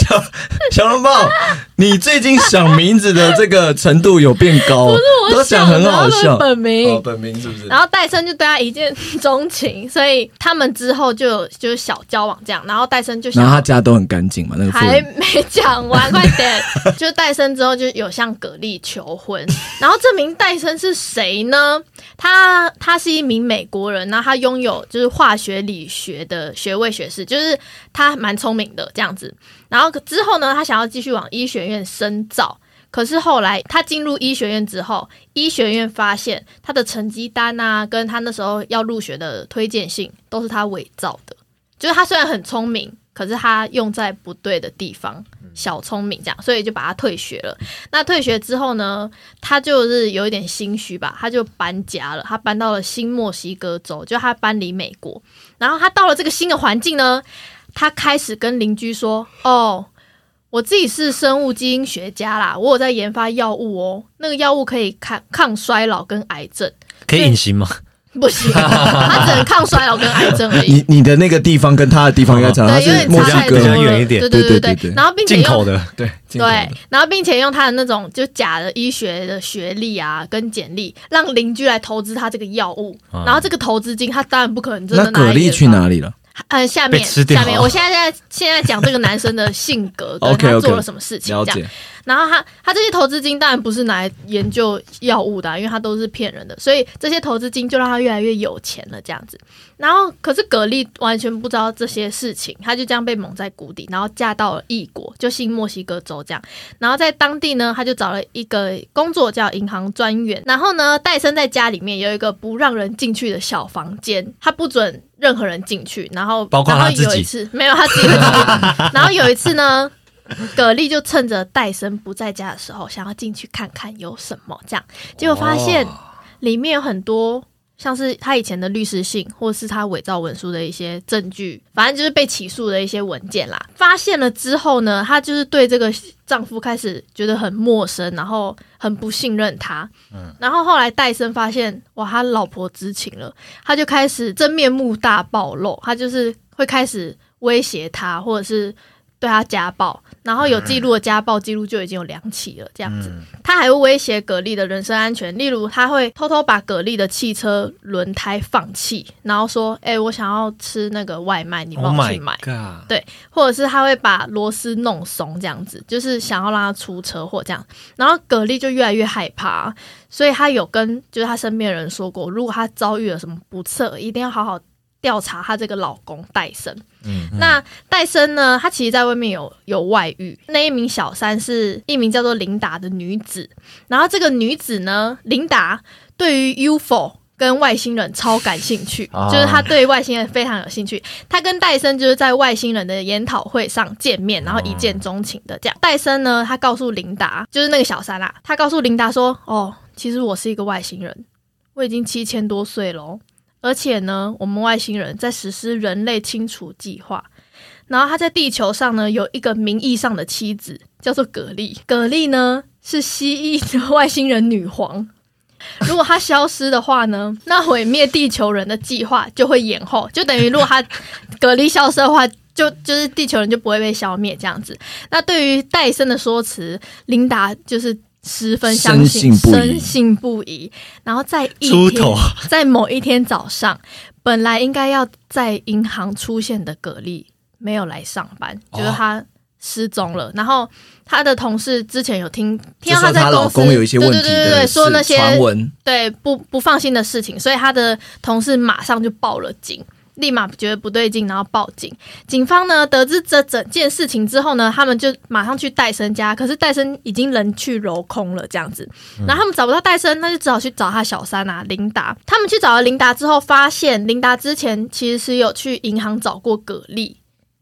Speaker 1: 小小笼包，你最近想名字的这个程度有变高，都想很好
Speaker 3: 的她
Speaker 1: 笑哦
Speaker 3: 的。本名。
Speaker 1: 本名是不是
Speaker 3: 然后戴森就对他一见钟情，所以他们之后就有就是小交往这样。然后戴森就
Speaker 1: 然后
Speaker 3: 想
Speaker 1: 他家都很干净嘛，那个妇
Speaker 3: 还
Speaker 1: 人。
Speaker 3: 没讲 完，快点！就是戴森之后就有向葛丽求婚，然后这名戴森是谁呢？他他是一名美国人，然后他拥有就是化学理学的学位学士，就是他蛮聪明的这样子。然后之后呢，他想要继续往医学院深造。可是后来他进入医学院之后，医学院发现他的成绩单啊，跟他那时候要入学的推荐信都是他伪造的。就是他虽然很聪明，可是他用在不对的地方，小聪明这样，所以就把他退学了。那退学之后呢，他就是有一点心虚吧，他就搬家了，他搬到了新墨西哥州，就他搬离美国。然后他到了这个新的环境呢，他开始跟邻居说：“哦。”我自己是生物基因学家啦，我有在研发药物哦，那个药物可以抗抗衰老跟癌症，
Speaker 2: 可以隐形吗？
Speaker 3: 不行，它只能抗衰老跟癌症而已。
Speaker 1: 你你的那个地方跟他的地方应该差，他
Speaker 3: 对，有
Speaker 1: 啊是
Speaker 3: 点
Speaker 1: 墨
Speaker 3: 差
Speaker 1: 西
Speaker 3: 太多
Speaker 1: 哥
Speaker 2: 比
Speaker 3: 了，
Speaker 2: 较远一点
Speaker 3: 对
Speaker 1: 对
Speaker 3: 对
Speaker 1: 对对
Speaker 3: 对。然后并且
Speaker 2: 进口
Speaker 3: 用
Speaker 2: 的，
Speaker 1: 对
Speaker 3: 对，然后并且用他的那种就假的医学的学历啊跟简历，让邻居来投资他这个药物，然后这个投资金他当然不可能真
Speaker 1: 啊那
Speaker 3: 的拿
Speaker 1: 蛤
Speaker 3: 来
Speaker 1: 蜊
Speaker 3: 研
Speaker 1: 去
Speaker 3: 发
Speaker 1: 哪里了？
Speaker 3: 呃，下面
Speaker 2: 被吃掉
Speaker 3: 下面，我现在在现在讲这个男生的性 格跟
Speaker 1: OK，OK，
Speaker 3: 他做了什么事情
Speaker 1: 了
Speaker 3: 这
Speaker 1: 解
Speaker 3: 样。然后他他这些投资金当然不是拿来研究药物的啊、因为他都是骗人的，所以这些投资金就让他越来越有钱了这样子。然后可是蛤蜊完全不知道这些事情，他就这样被蒙在鼓底，然后嫁到了异国，就新墨西哥州这样。然后在当地呢，他就找了一个工作叫银行专员。然后呢，戴森在家里面有一个不让人进去的小房间，他不准任何人进去。然后，
Speaker 2: 包括
Speaker 3: 然后
Speaker 2: 他自己
Speaker 3: 有一次没有他自己会去然后有一次呢，蛤蜊就趁着戴森不在家的时候，想要进去看看有什么，这样结果发现里面有很多。像是他以前的律师信，或是他伪造文书的一些证据，反正就是被起诉的一些文件啦。发现了之后呢，她就是对这个丈夫开始觉得很陌生，然后很不信任他。嗯，然后后来戴森发现，哇，他老婆知情了，他就开始真面目大暴露，他就是会开始威胁他，或者是对他家暴，然后有记录的家暴记录就已经有两起了，这样子。他还会威胁蛤蜊的人身安全，例如他会偷偷把蛤蜊的汽车轮胎放气，然后说：“哎、我想要吃那个外卖，你帮我去买。
Speaker 2: god！
Speaker 3: 对，或者是他会把螺丝弄松，这样子，就是想要让他出车祸这样。然后蛤蜊就越来越害怕，所以他有跟就是他身边的人说过，如果他遭遇了什么不测，一定要好好调查她这个老公戴森。那戴森呢，她其实在外面有有外遇。那一名小三是一名叫做琳达的女子，然后这个女子呢，琳达对于 UFO 跟外星人超感兴趣，
Speaker 4: 啊
Speaker 3: 就是她对外星人非常有兴趣。她跟戴森就是在外星人的研讨会上见面，然后一见钟情的这样。戴森呢，他告诉琳达，就是那个小三啦、他告诉琳达说：“哦，其实我是一个外星人，我已经七千多岁喽。”而且呢，我们外星人在实施人类清除计划。然后他在地球上呢有一个名义上的妻子，叫做蛤蜊。蛤蜊呢是蜥蜴的外星人女皇。如果她消失的话呢，那毁灭地球人的计划就会延后，就等于如果她蛤蜊消失的话，就就是地球人就不会被消灭这样子。那对于戴森的说辞，琳达就是十分相信，
Speaker 1: 深信不疑
Speaker 3: 深信不疑。然后在一
Speaker 2: 猪
Speaker 3: 天
Speaker 2: 头，啊
Speaker 3: 在某一天早上，本来应该要在银行出现的蛤蜊没有来上班，
Speaker 1: 哦
Speaker 3: 就是他失踪了。然后他的同事之前有听听到
Speaker 1: 说
Speaker 3: 在
Speaker 1: 她老
Speaker 3: 公司
Speaker 1: 公有一些问题
Speaker 3: 对对对
Speaker 1: 的
Speaker 3: 对，说那
Speaker 1: 是
Speaker 3: 些
Speaker 1: 传闻，
Speaker 3: 对不不放心的事情，所以他的同事马上就报了警，立马觉得不对劲，然后报警。警方呢得知这整件事情之后呢，他们就马上去戴森家，可是戴森已经人去楼空了，这样子。然后他们找不到戴森，那就只好去找他小三啊，琳达。他们去找了琳达之后，发现琳达之前其实是有去银行找过蛤蜊。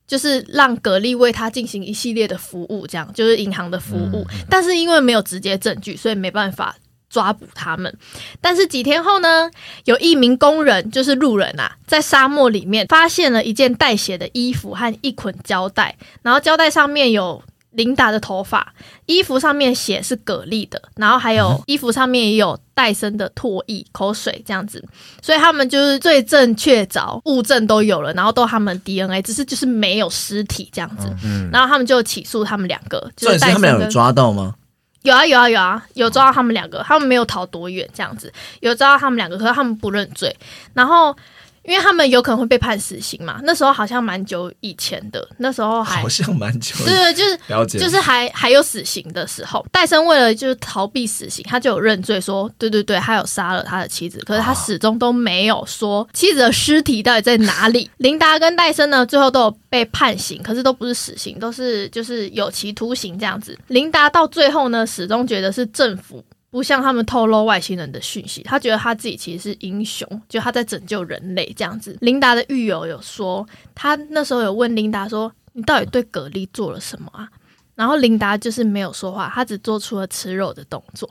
Speaker 3: 就是让蛤蜊为他进行一系列的服务，这样就是银行的服务，但是因为没有直接证据，所以没办法抓捕他们。但是几天后呢，有一名工人，就是路人啊，在沙漠里面发现了一件带血的衣服和一捆胶带，然后胶带上面有琳达的头发，衣服上面血是蛤蜊的，然后还有衣服上面也有戴森的唾液、口水这样子，所以他们就是罪证确凿，物证都有了，然后都他们 DNA，只是就是没有尸体这样子，然后他们就起诉他们两个，就
Speaker 1: 嗯重点
Speaker 3: 戴
Speaker 1: 是他
Speaker 3: 森
Speaker 1: 们俩
Speaker 3: 跟
Speaker 1: 有抓到吗？
Speaker 3: 有啊有啊有啊，有抓到他们两个，他们没有逃多远这样子，有抓到他们两个，可是他们不认罪，然后。因为他们有可能会被判死刑嘛，那时候好像蛮久以前的，那时候还
Speaker 1: 好像蛮久的，
Speaker 3: 对，哎就是
Speaker 1: 了解
Speaker 3: 就是还还有死刑的时候，戴森为了就是逃避死刑，他就有认罪说，对对对，他有杀了他的妻子，可是他始终都没有说妻子的尸体到底在哪
Speaker 1: 哦
Speaker 3: 里。琳达跟戴森呢，最后都有被判刑，可是都不是死刑，都是就是有期徒刑这样子。琳达到最后呢，始终觉得是政府。不向他们透露外星人的讯息，他觉得他自己其实是英雄，就他在拯救人类这样子。琳达的狱友有说，他那时候有问琳达说：“你到底对蛤蜊做了什么啊？”然后琳达就是没有说话，她只做出了吃肉的动作。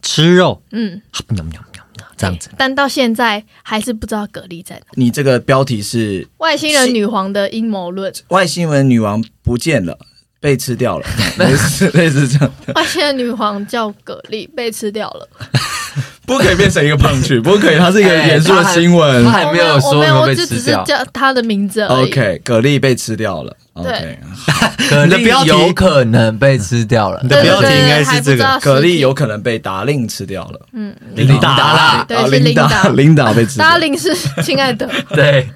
Speaker 2: 吃肉，
Speaker 3: 嗯，
Speaker 2: 喵喵喵喵，这样子
Speaker 3: 对。但到现在还是不知道蛤蜊在哪。
Speaker 1: 你这个标题是
Speaker 3: 外星人女皇的阴谋论，
Speaker 1: 外星人女王不见了，被吃掉了， 类似类似这样，
Speaker 3: 外星人女皇叫蛤蜊被吃掉了。
Speaker 1: 不可以变成一个胖曲，不可以，它是一个严肃的新闻
Speaker 4: 哎他。还没有
Speaker 3: 我
Speaker 4: 说
Speaker 3: 没有，
Speaker 4: 有没有
Speaker 3: 我
Speaker 4: 被
Speaker 3: 就只
Speaker 4: 吃
Speaker 3: 是
Speaker 4: 掉。
Speaker 3: 叫她的名字而已。
Speaker 1: OK，蛤蜊被吃掉了。
Speaker 3: 对啊
Speaker 1: OK，
Speaker 4: 可
Speaker 2: 你的
Speaker 4: 能
Speaker 2: 标题
Speaker 4: 有可能被吃掉了
Speaker 2: 你。
Speaker 3: 对
Speaker 2: 的
Speaker 3: 对
Speaker 2: 标题
Speaker 3: 对
Speaker 2: 应该
Speaker 3: 还
Speaker 2: 是
Speaker 3: 不
Speaker 2: 这
Speaker 3: 知道
Speaker 2: 个，
Speaker 1: 蛤
Speaker 3: 尸
Speaker 1: 蜊
Speaker 3: 体
Speaker 1: 啊有可能被达令吃掉了。
Speaker 3: 嗯，
Speaker 2: 琳达
Speaker 4: 啦
Speaker 3: 对
Speaker 1: 啊，
Speaker 3: 是
Speaker 1: 琳达，
Speaker 3: 琳达
Speaker 1: 琳达被吃掉
Speaker 3: 达。令是亲爱的，
Speaker 4: 对，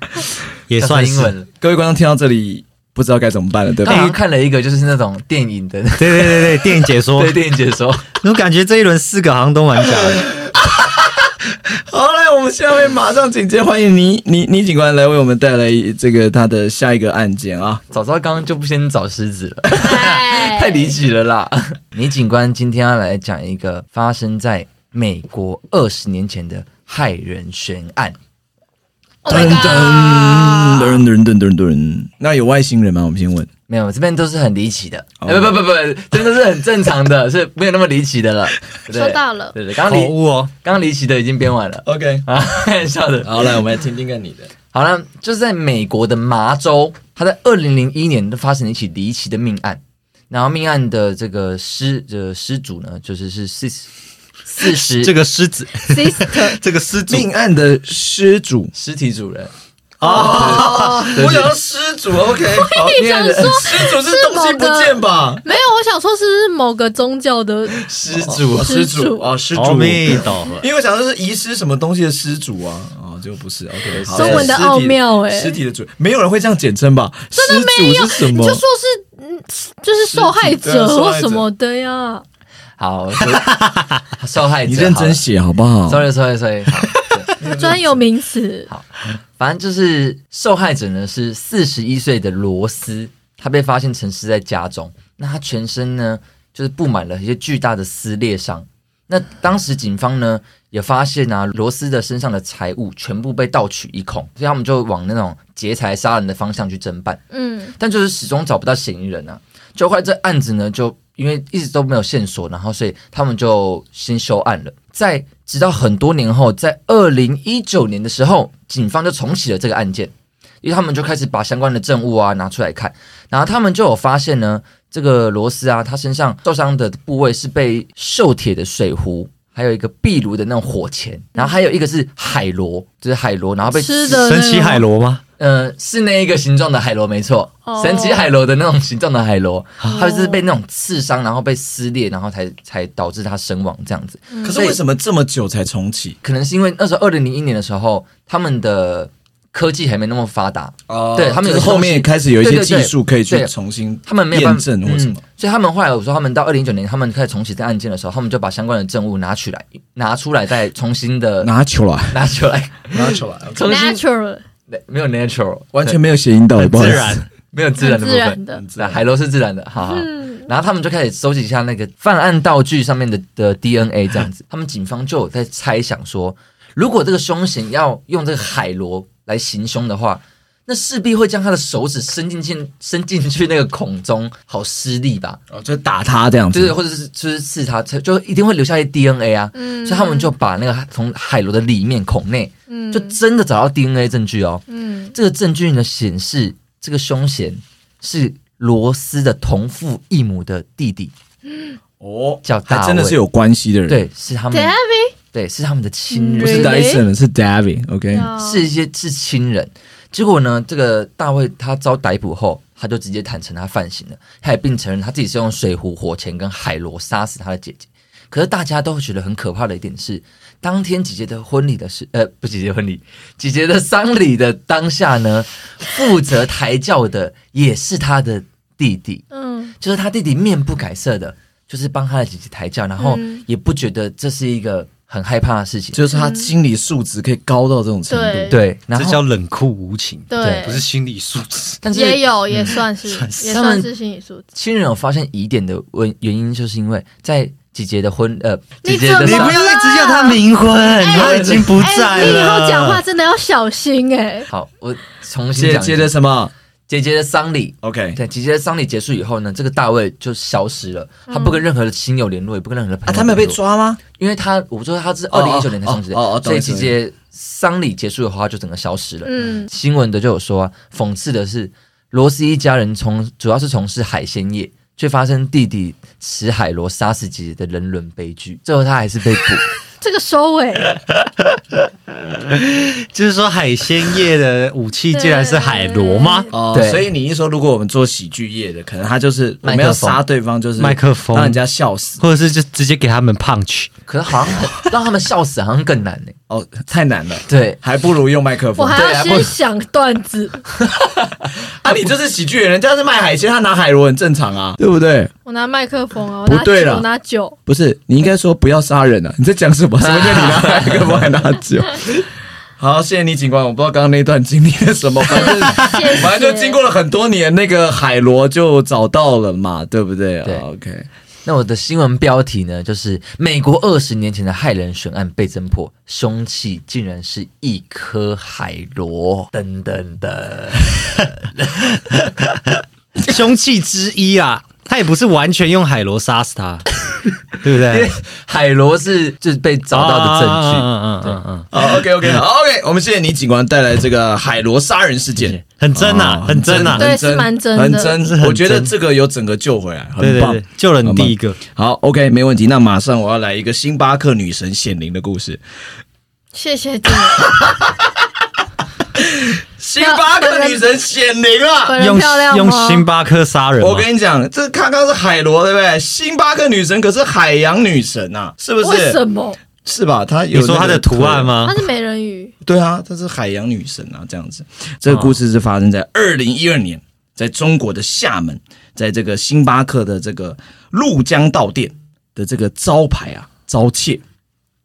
Speaker 2: 也
Speaker 4: 那
Speaker 2: 算
Speaker 4: 英
Speaker 2: 是
Speaker 4: 文了。
Speaker 1: 各位观众听到这里，不知道该怎么办了，对
Speaker 4: 刚
Speaker 1: 吧
Speaker 3: 啊
Speaker 4: 刚？看了一个就是那种电影的，
Speaker 2: 对对对对，电影解 说
Speaker 4: 对，电影解说，
Speaker 2: 我感觉这一轮四个好像都蛮假的。
Speaker 1: 好，来，我们下面马上紧接欢迎倪倪倪警官来为我们带来这个他的下一个案件啊。
Speaker 4: 早知道刚刚就不先找狮子了，
Speaker 3: 哎
Speaker 4: 太离奇了啦！倪警官今天要来讲一个发生在美国二十年前的骇人悬案。
Speaker 3: Oh my god！
Speaker 1: 噔噔噔噔噔，那有外星人吗？我们先问。
Speaker 4: 没有，这边都是很离奇的，
Speaker 1: 哦
Speaker 4: 哎不不不不，这边都是很正常的，是没有那么离奇的 了。对不对
Speaker 3: 说到了
Speaker 4: 对对，刚刚
Speaker 2: 口
Speaker 4: 离
Speaker 2: 误哦，
Speaker 4: 刚刚离奇的已经编完了
Speaker 1: OK，
Speaker 4: 啊，开玩笑的。
Speaker 1: 好，来，我们来听听看你的。
Speaker 4: 好了，就是在美国的麻州，它在二零零一年发生了一起离奇的命案，然后命案的这个失呃失主呢，就是是四四十
Speaker 2: 这个狮子，
Speaker 3: sister
Speaker 2: 这个狮子
Speaker 1: 命案的失主
Speaker 4: 尸体主人，
Speaker 1: 哦，我想要失主，OK，好，
Speaker 4: 命案的
Speaker 1: 失主是东西不见吧？
Speaker 3: 没有，我想说是某个宗教的
Speaker 4: 失主
Speaker 1: 哦失
Speaker 3: 失主
Speaker 1: 主哦，失主，
Speaker 2: 阿弥陀佛，
Speaker 1: 因为我想说是遗失什么东西的失主啊，哦，就不是 OK，好
Speaker 3: 中文的奥妙欸
Speaker 1: 尸体的主，没有人会这样简称吧？真的没有，是什
Speaker 3: 你就
Speaker 1: 么
Speaker 3: 说？是嗯，就是受害
Speaker 1: 对啊
Speaker 3: 者
Speaker 1: 受
Speaker 3: 或
Speaker 1: 害者
Speaker 3: 什么的呀。
Speaker 4: 好，所以受害者，
Speaker 1: 你认真
Speaker 4: 好
Speaker 1: 写好不好
Speaker 4: 了？sorry sorry sorry，好，对
Speaker 3: 专有名词。
Speaker 4: 好，反正就是受害者呢是四十一岁的罗斯，他被发现沉尸在家中，那他全身呢就是布满了一些巨大的撕裂伤。那当时警方呢也发现啊，罗斯的身上的财物全部被盗取一空，所以他们就往那种劫财杀人的方向去侦办，
Speaker 3: 嗯，
Speaker 4: 但就是始终找不到嫌疑人啊。就后来这案子呢，就因为一直都没有线索，然后所以他们就先休案了。在直到很多年后，在二零一九年的时候，警方就重启了这个案件，因为他们就开始把相关的证物啊拿出来看，然后他们就有发现呢，这个罗斯啊，他身上受伤的部位是被锈铁的水壶。还有一个壁炉的那种火钳，然后还有一个是海螺，就是海螺，然后被
Speaker 3: 吃的
Speaker 2: 神奇海
Speaker 3: 螺，
Speaker 2: 螺吗？
Speaker 4: 呃，是那一个形状的海螺，没错
Speaker 3: 哦，
Speaker 4: 神奇海螺的那种形状的海螺，它就是被那种刺伤，然后被撕裂，然后才才导致它身亡这样子。
Speaker 1: 可是为什么这么久才重启？
Speaker 4: 可能是因为那时候二零零一年的时候，他们的科技还没那么发达，
Speaker 1: 哦
Speaker 4: 对他们
Speaker 1: 就
Speaker 4: 有一
Speaker 1: 是
Speaker 4: 些
Speaker 1: 后面开始有一些
Speaker 4: 对对
Speaker 1: 技
Speaker 4: 对
Speaker 1: 术可以去
Speaker 4: 对
Speaker 1: 重新
Speaker 4: 他们没有办
Speaker 1: 验
Speaker 4: 法
Speaker 1: 证或什么
Speaker 4: 嗯。所以他们后来我说，他们到二零一九年，他们开始重启这案件的时候，他们就把相关的证物拿取来，拿出来再重新的
Speaker 1: 拿球来，
Speaker 4: 拿出来，
Speaker 1: 拿球来，
Speaker 4: 重新
Speaker 3: natural
Speaker 4: 没有 natural，
Speaker 1: 完全没有谐音到，不好意
Speaker 2: 自
Speaker 1: 思
Speaker 2: 然。
Speaker 4: 没有自然的部
Speaker 3: 自然
Speaker 4: 分。
Speaker 3: 的，
Speaker 4: 那海螺是自然的，好好。好然后他们就开始收集一下那个犯案道具上面的的 DNA，这 样子。他们警方就有在猜想说，如果这个凶嫌要用这个海螺来行凶的话，那势必会将他的手指伸进去，伸进去那个孔中，好施力吧？
Speaker 1: 哦，就打他这样
Speaker 4: 就是
Speaker 1: 子，
Speaker 4: 或者是就是刺他，就一定会留下一些 DNA 啊。
Speaker 3: 嗯
Speaker 4: 所以他们就把那个从海螺的里面孔内，
Speaker 3: 嗯
Speaker 4: 就真的找到 DNA 证据哦。
Speaker 3: 嗯
Speaker 4: 这个证据呢显示，这个凶嫌是罗斯的同父异母的弟弟，
Speaker 1: 哦，
Speaker 4: 叫大卫
Speaker 1: 还真的是有关系的人，，
Speaker 4: 对，是他们，
Speaker 3: ，David
Speaker 4: 对，是他们的亲
Speaker 1: 不
Speaker 4: 人，
Speaker 1: 是
Speaker 3: Really？
Speaker 1: Dyson，是 David，OK，
Speaker 3: 嗯
Speaker 4: 是一些是亲人。结果呢，这个大卫他遭逮捕后，他就直接坦诚他犯行了，他也并承认他自己是用水壶、火钳跟海螺杀死他的姐姐。可是大家都会觉得很可怕的一点是，当天姐姐的婚礼的事，呃，不，姐姐婚礼，姐姐的丧礼的当下呢，负责抬轿的也是他的弟弟。
Speaker 3: 嗯
Speaker 4: 就是他弟弟面不改色的，就是帮他的姐姐抬轿，然后
Speaker 3: 嗯
Speaker 4: 也不觉得这是一个很害怕的事情。
Speaker 1: 就是他心理素质可以高到这种程
Speaker 3: 对
Speaker 1: 度，
Speaker 4: 对，然
Speaker 2: 这叫
Speaker 4: 后
Speaker 2: 冷酷无情，
Speaker 3: 对
Speaker 2: 不是心理素质。
Speaker 4: 但是
Speaker 3: 也有也算是也
Speaker 4: 他们
Speaker 3: 算是心理素质。
Speaker 4: 亲人有发现疑点的问原因，就是因为在姐姐的婚呃，姐
Speaker 3: 你
Speaker 4: 姐的
Speaker 3: 怎
Speaker 2: 你
Speaker 3: 么
Speaker 2: 不要再直叫他冥婚，他已经不在
Speaker 3: 哎，你以后讲话
Speaker 2: 了。
Speaker 3: 真的要小心哎。
Speaker 4: 好，我重新
Speaker 1: 姐
Speaker 4: 讲一
Speaker 1: 姐
Speaker 4: 下
Speaker 1: 的什么
Speaker 4: 姐姐的丧礼。
Speaker 1: ？OK，
Speaker 4: 对，姐姐的丧礼结束以后呢，这个大卫就消失了，
Speaker 3: 嗯
Speaker 4: 他不跟任何的亲友联络，也不跟任何的朋
Speaker 1: 啊，
Speaker 4: 友、
Speaker 1: 他们有被，抓吗？
Speaker 4: 因为他我说他是
Speaker 1: 哦
Speaker 4: 二零一九年才上职的，
Speaker 1: 哦哦哦懂
Speaker 4: 所
Speaker 1: 了
Speaker 4: 以姐姐丧礼结束以后，他就整个消失了。
Speaker 3: 嗯，
Speaker 4: 新闻的就有说啊，讽刺的是，罗斯一家人从主要是从事海鲜业，却发生弟弟吃海螺杀死姐姐的人伦悲剧，最后他还是被捕。
Speaker 3: 这个收尾，
Speaker 2: 就是说，海鲜业的武器竟然是海螺吗？
Speaker 1: 哦，
Speaker 4: 对
Speaker 1: 所以你一说，如果我们做喜剧业的，可能他就是我
Speaker 4: 麦克风
Speaker 1: 们要杀对方，就是
Speaker 2: 麦克风
Speaker 1: 让人家笑死。
Speaker 2: 或者是就直接给他们 punch？
Speaker 4: 可是好像让他们笑死，好像更难呢、
Speaker 1: 哦，太难了，
Speaker 4: 对，
Speaker 1: 还不如用麦克
Speaker 3: 我
Speaker 1: 风。
Speaker 3: 还
Speaker 4: 对
Speaker 3: 要
Speaker 4: 啊不
Speaker 3: 先想段子。
Speaker 1: 啊，你这是喜剧人，人家是卖海鲜，他拿海螺很正常啊，对不对？
Speaker 3: 我拿麦克风啊，我拿
Speaker 1: 不对
Speaker 3: 酒，
Speaker 1: 了
Speaker 3: 我拿酒。
Speaker 1: 不是，你应该说不要杀人啊！你在讲 什么？什么叫你拿麦克风还拿 酒？好，谢谢你警官。我不知道刚刚那段经历了 什么，反正
Speaker 3: 谢谢
Speaker 1: 反正就经过了很多年，那个海螺就找到了嘛，对不对？
Speaker 4: 对
Speaker 1: 啊 OK，
Speaker 4: 那我的新闻标题呢，就是美国二十年前的害人悬案被侦破，凶器竟然是一颗海螺，噔噔噔。
Speaker 2: 凶器之一啊，他也不是完全用海螺杀死他，对不
Speaker 4: 因为
Speaker 2: 对？
Speaker 4: 海螺是就是被找到的证据，
Speaker 2: 嗯嗯嗯
Speaker 4: 啊
Speaker 2: 嗯
Speaker 1: 好，OK，OK，好，OK，我们 谢谢你警官带来这个海螺杀人事件
Speaker 2: 嗯，。很真啊，很真啊，
Speaker 3: 对
Speaker 1: 很真
Speaker 3: 是蛮真的
Speaker 1: 很真
Speaker 2: 是很真
Speaker 1: 我觉得这个有整个救回来，
Speaker 2: 对
Speaker 1: 很
Speaker 2: 对
Speaker 1: 棒。
Speaker 2: 对，救了你第一个。
Speaker 1: 好，OK，没问题。那马上我要来一个星巴克女神显灵的故事。
Speaker 3: 谢谢你，
Speaker 1: 星巴克女神显灵啊！
Speaker 3: 本人
Speaker 2: 用
Speaker 3: 漂亮哦
Speaker 2: 用
Speaker 3: 吗？
Speaker 2: 星巴克杀人吗，
Speaker 1: 我跟你讲，这刚刚是海螺，对不对？星巴克女神可是海洋女神啊，是不
Speaker 3: 为什
Speaker 1: 是？
Speaker 3: 么？
Speaker 1: 是吧？她有
Speaker 2: 你说它的图案
Speaker 1: 吗？
Speaker 2: 吗
Speaker 3: 它？是美人鱼，
Speaker 1: 对啊，她是海洋女神啊，这样子。这个故事是发生在二零一二年，在中国的厦门，在这个星巴克的这个陆江道店的这个招牌啊遭窃。啊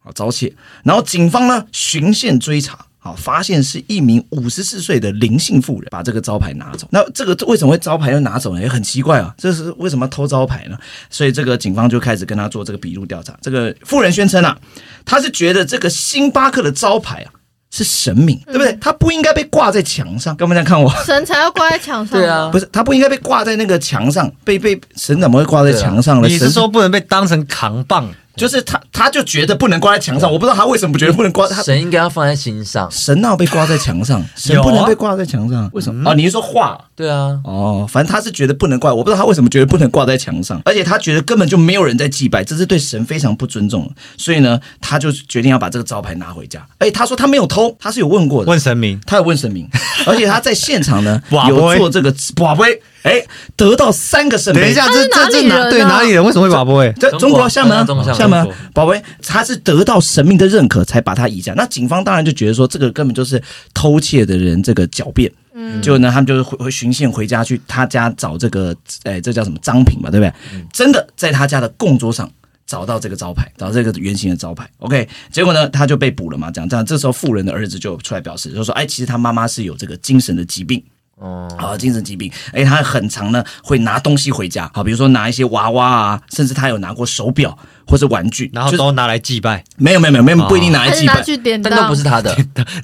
Speaker 1: 好遭窃。然后警方呢循线追查。好，发现是一名五十四岁的林姓妇人把这个招牌拿走。那这个为什么会招牌要拿走呢？也很奇怪啊，这是为什么偷招牌呢？所以这个警方就开始跟他做这个笔录调查。这个妇人宣称啊，她是觉得这个星巴克的招牌啊是神明，对不对？它不应该被挂在墙上。干嘛这样看我？
Speaker 3: 神才要挂在墙上。
Speaker 4: 对啊
Speaker 1: 不，是，它不应该被挂在那个墙上，被被神怎么会挂在墙上呢？
Speaker 2: 你是
Speaker 1: 神
Speaker 2: 说不能被当成扛棒？
Speaker 1: 就是他，他就觉得不能挂在墙上，我不知道他为什么觉得不能挂他。
Speaker 4: 神应该要放在心上。
Speaker 1: 神闹被挂在墙 上，神
Speaker 2: 有啊
Speaker 1: 不能被挂在墙上，为什么？哦，你是说画？
Speaker 4: 对啊，
Speaker 1: 哦，反正他是觉得不能挂，我不知道他为什么觉得不能挂在墙上，而且他觉得根本就没有人在祭拜，这是对神非常不尊重的。所以呢，他就决定要把这个招牌拿回家。而且他说他没有偷，他是有问过的，
Speaker 2: 问神明，
Speaker 1: 他有问神 明，而且他在现场呢
Speaker 2: 哇
Speaker 1: 有
Speaker 2: 喂
Speaker 1: 做这个哇喂，哎，得到三个圣杯。
Speaker 2: 等一下，
Speaker 3: 他
Speaker 2: 这
Speaker 3: 是
Speaker 2: 这这
Speaker 3: 哪里人啊
Speaker 2: 对哪里人？为什么会把不会？
Speaker 1: 在
Speaker 4: 中
Speaker 1: 中
Speaker 4: 国
Speaker 1: 国厦门啊
Speaker 4: 中国厦门
Speaker 1: 厦门啊
Speaker 4: 中国，
Speaker 1: 宝贝，他是得到神明的认可才把他移驾。那警方当然就觉得说，这个根本就是偷窃的人这个狡辩。嗯，就呢，他们就是回回巡线回家去他家找这个，哎，这叫什么赃品嘛，对不对？
Speaker 2: 嗯
Speaker 1: 真的在他家的供桌上。找到这个招牌，找到这个圆形的招牌，OK，结果呢，他就被捕了嘛，这样这样，这时候富人的儿子就出来表示，就说，哎，其实他妈妈是有这个精神的疾病，
Speaker 4: 哦，
Speaker 1: 啊，精神疾病，哎，他很常呢会拿东西回家，好，比如说拿一些娃娃啊，甚至他有拿过手表或者玩具，
Speaker 2: 然后
Speaker 1: 就是
Speaker 2: 都拿来祭拜，
Speaker 1: 没有没有没有没有
Speaker 2: 哦
Speaker 1: 不一定拿
Speaker 3: 还
Speaker 1: 来
Speaker 3: 是
Speaker 1: 祭
Speaker 3: 拿
Speaker 1: 拜，
Speaker 3: 去典
Speaker 4: 但都
Speaker 3: 当，
Speaker 4: 不是他的，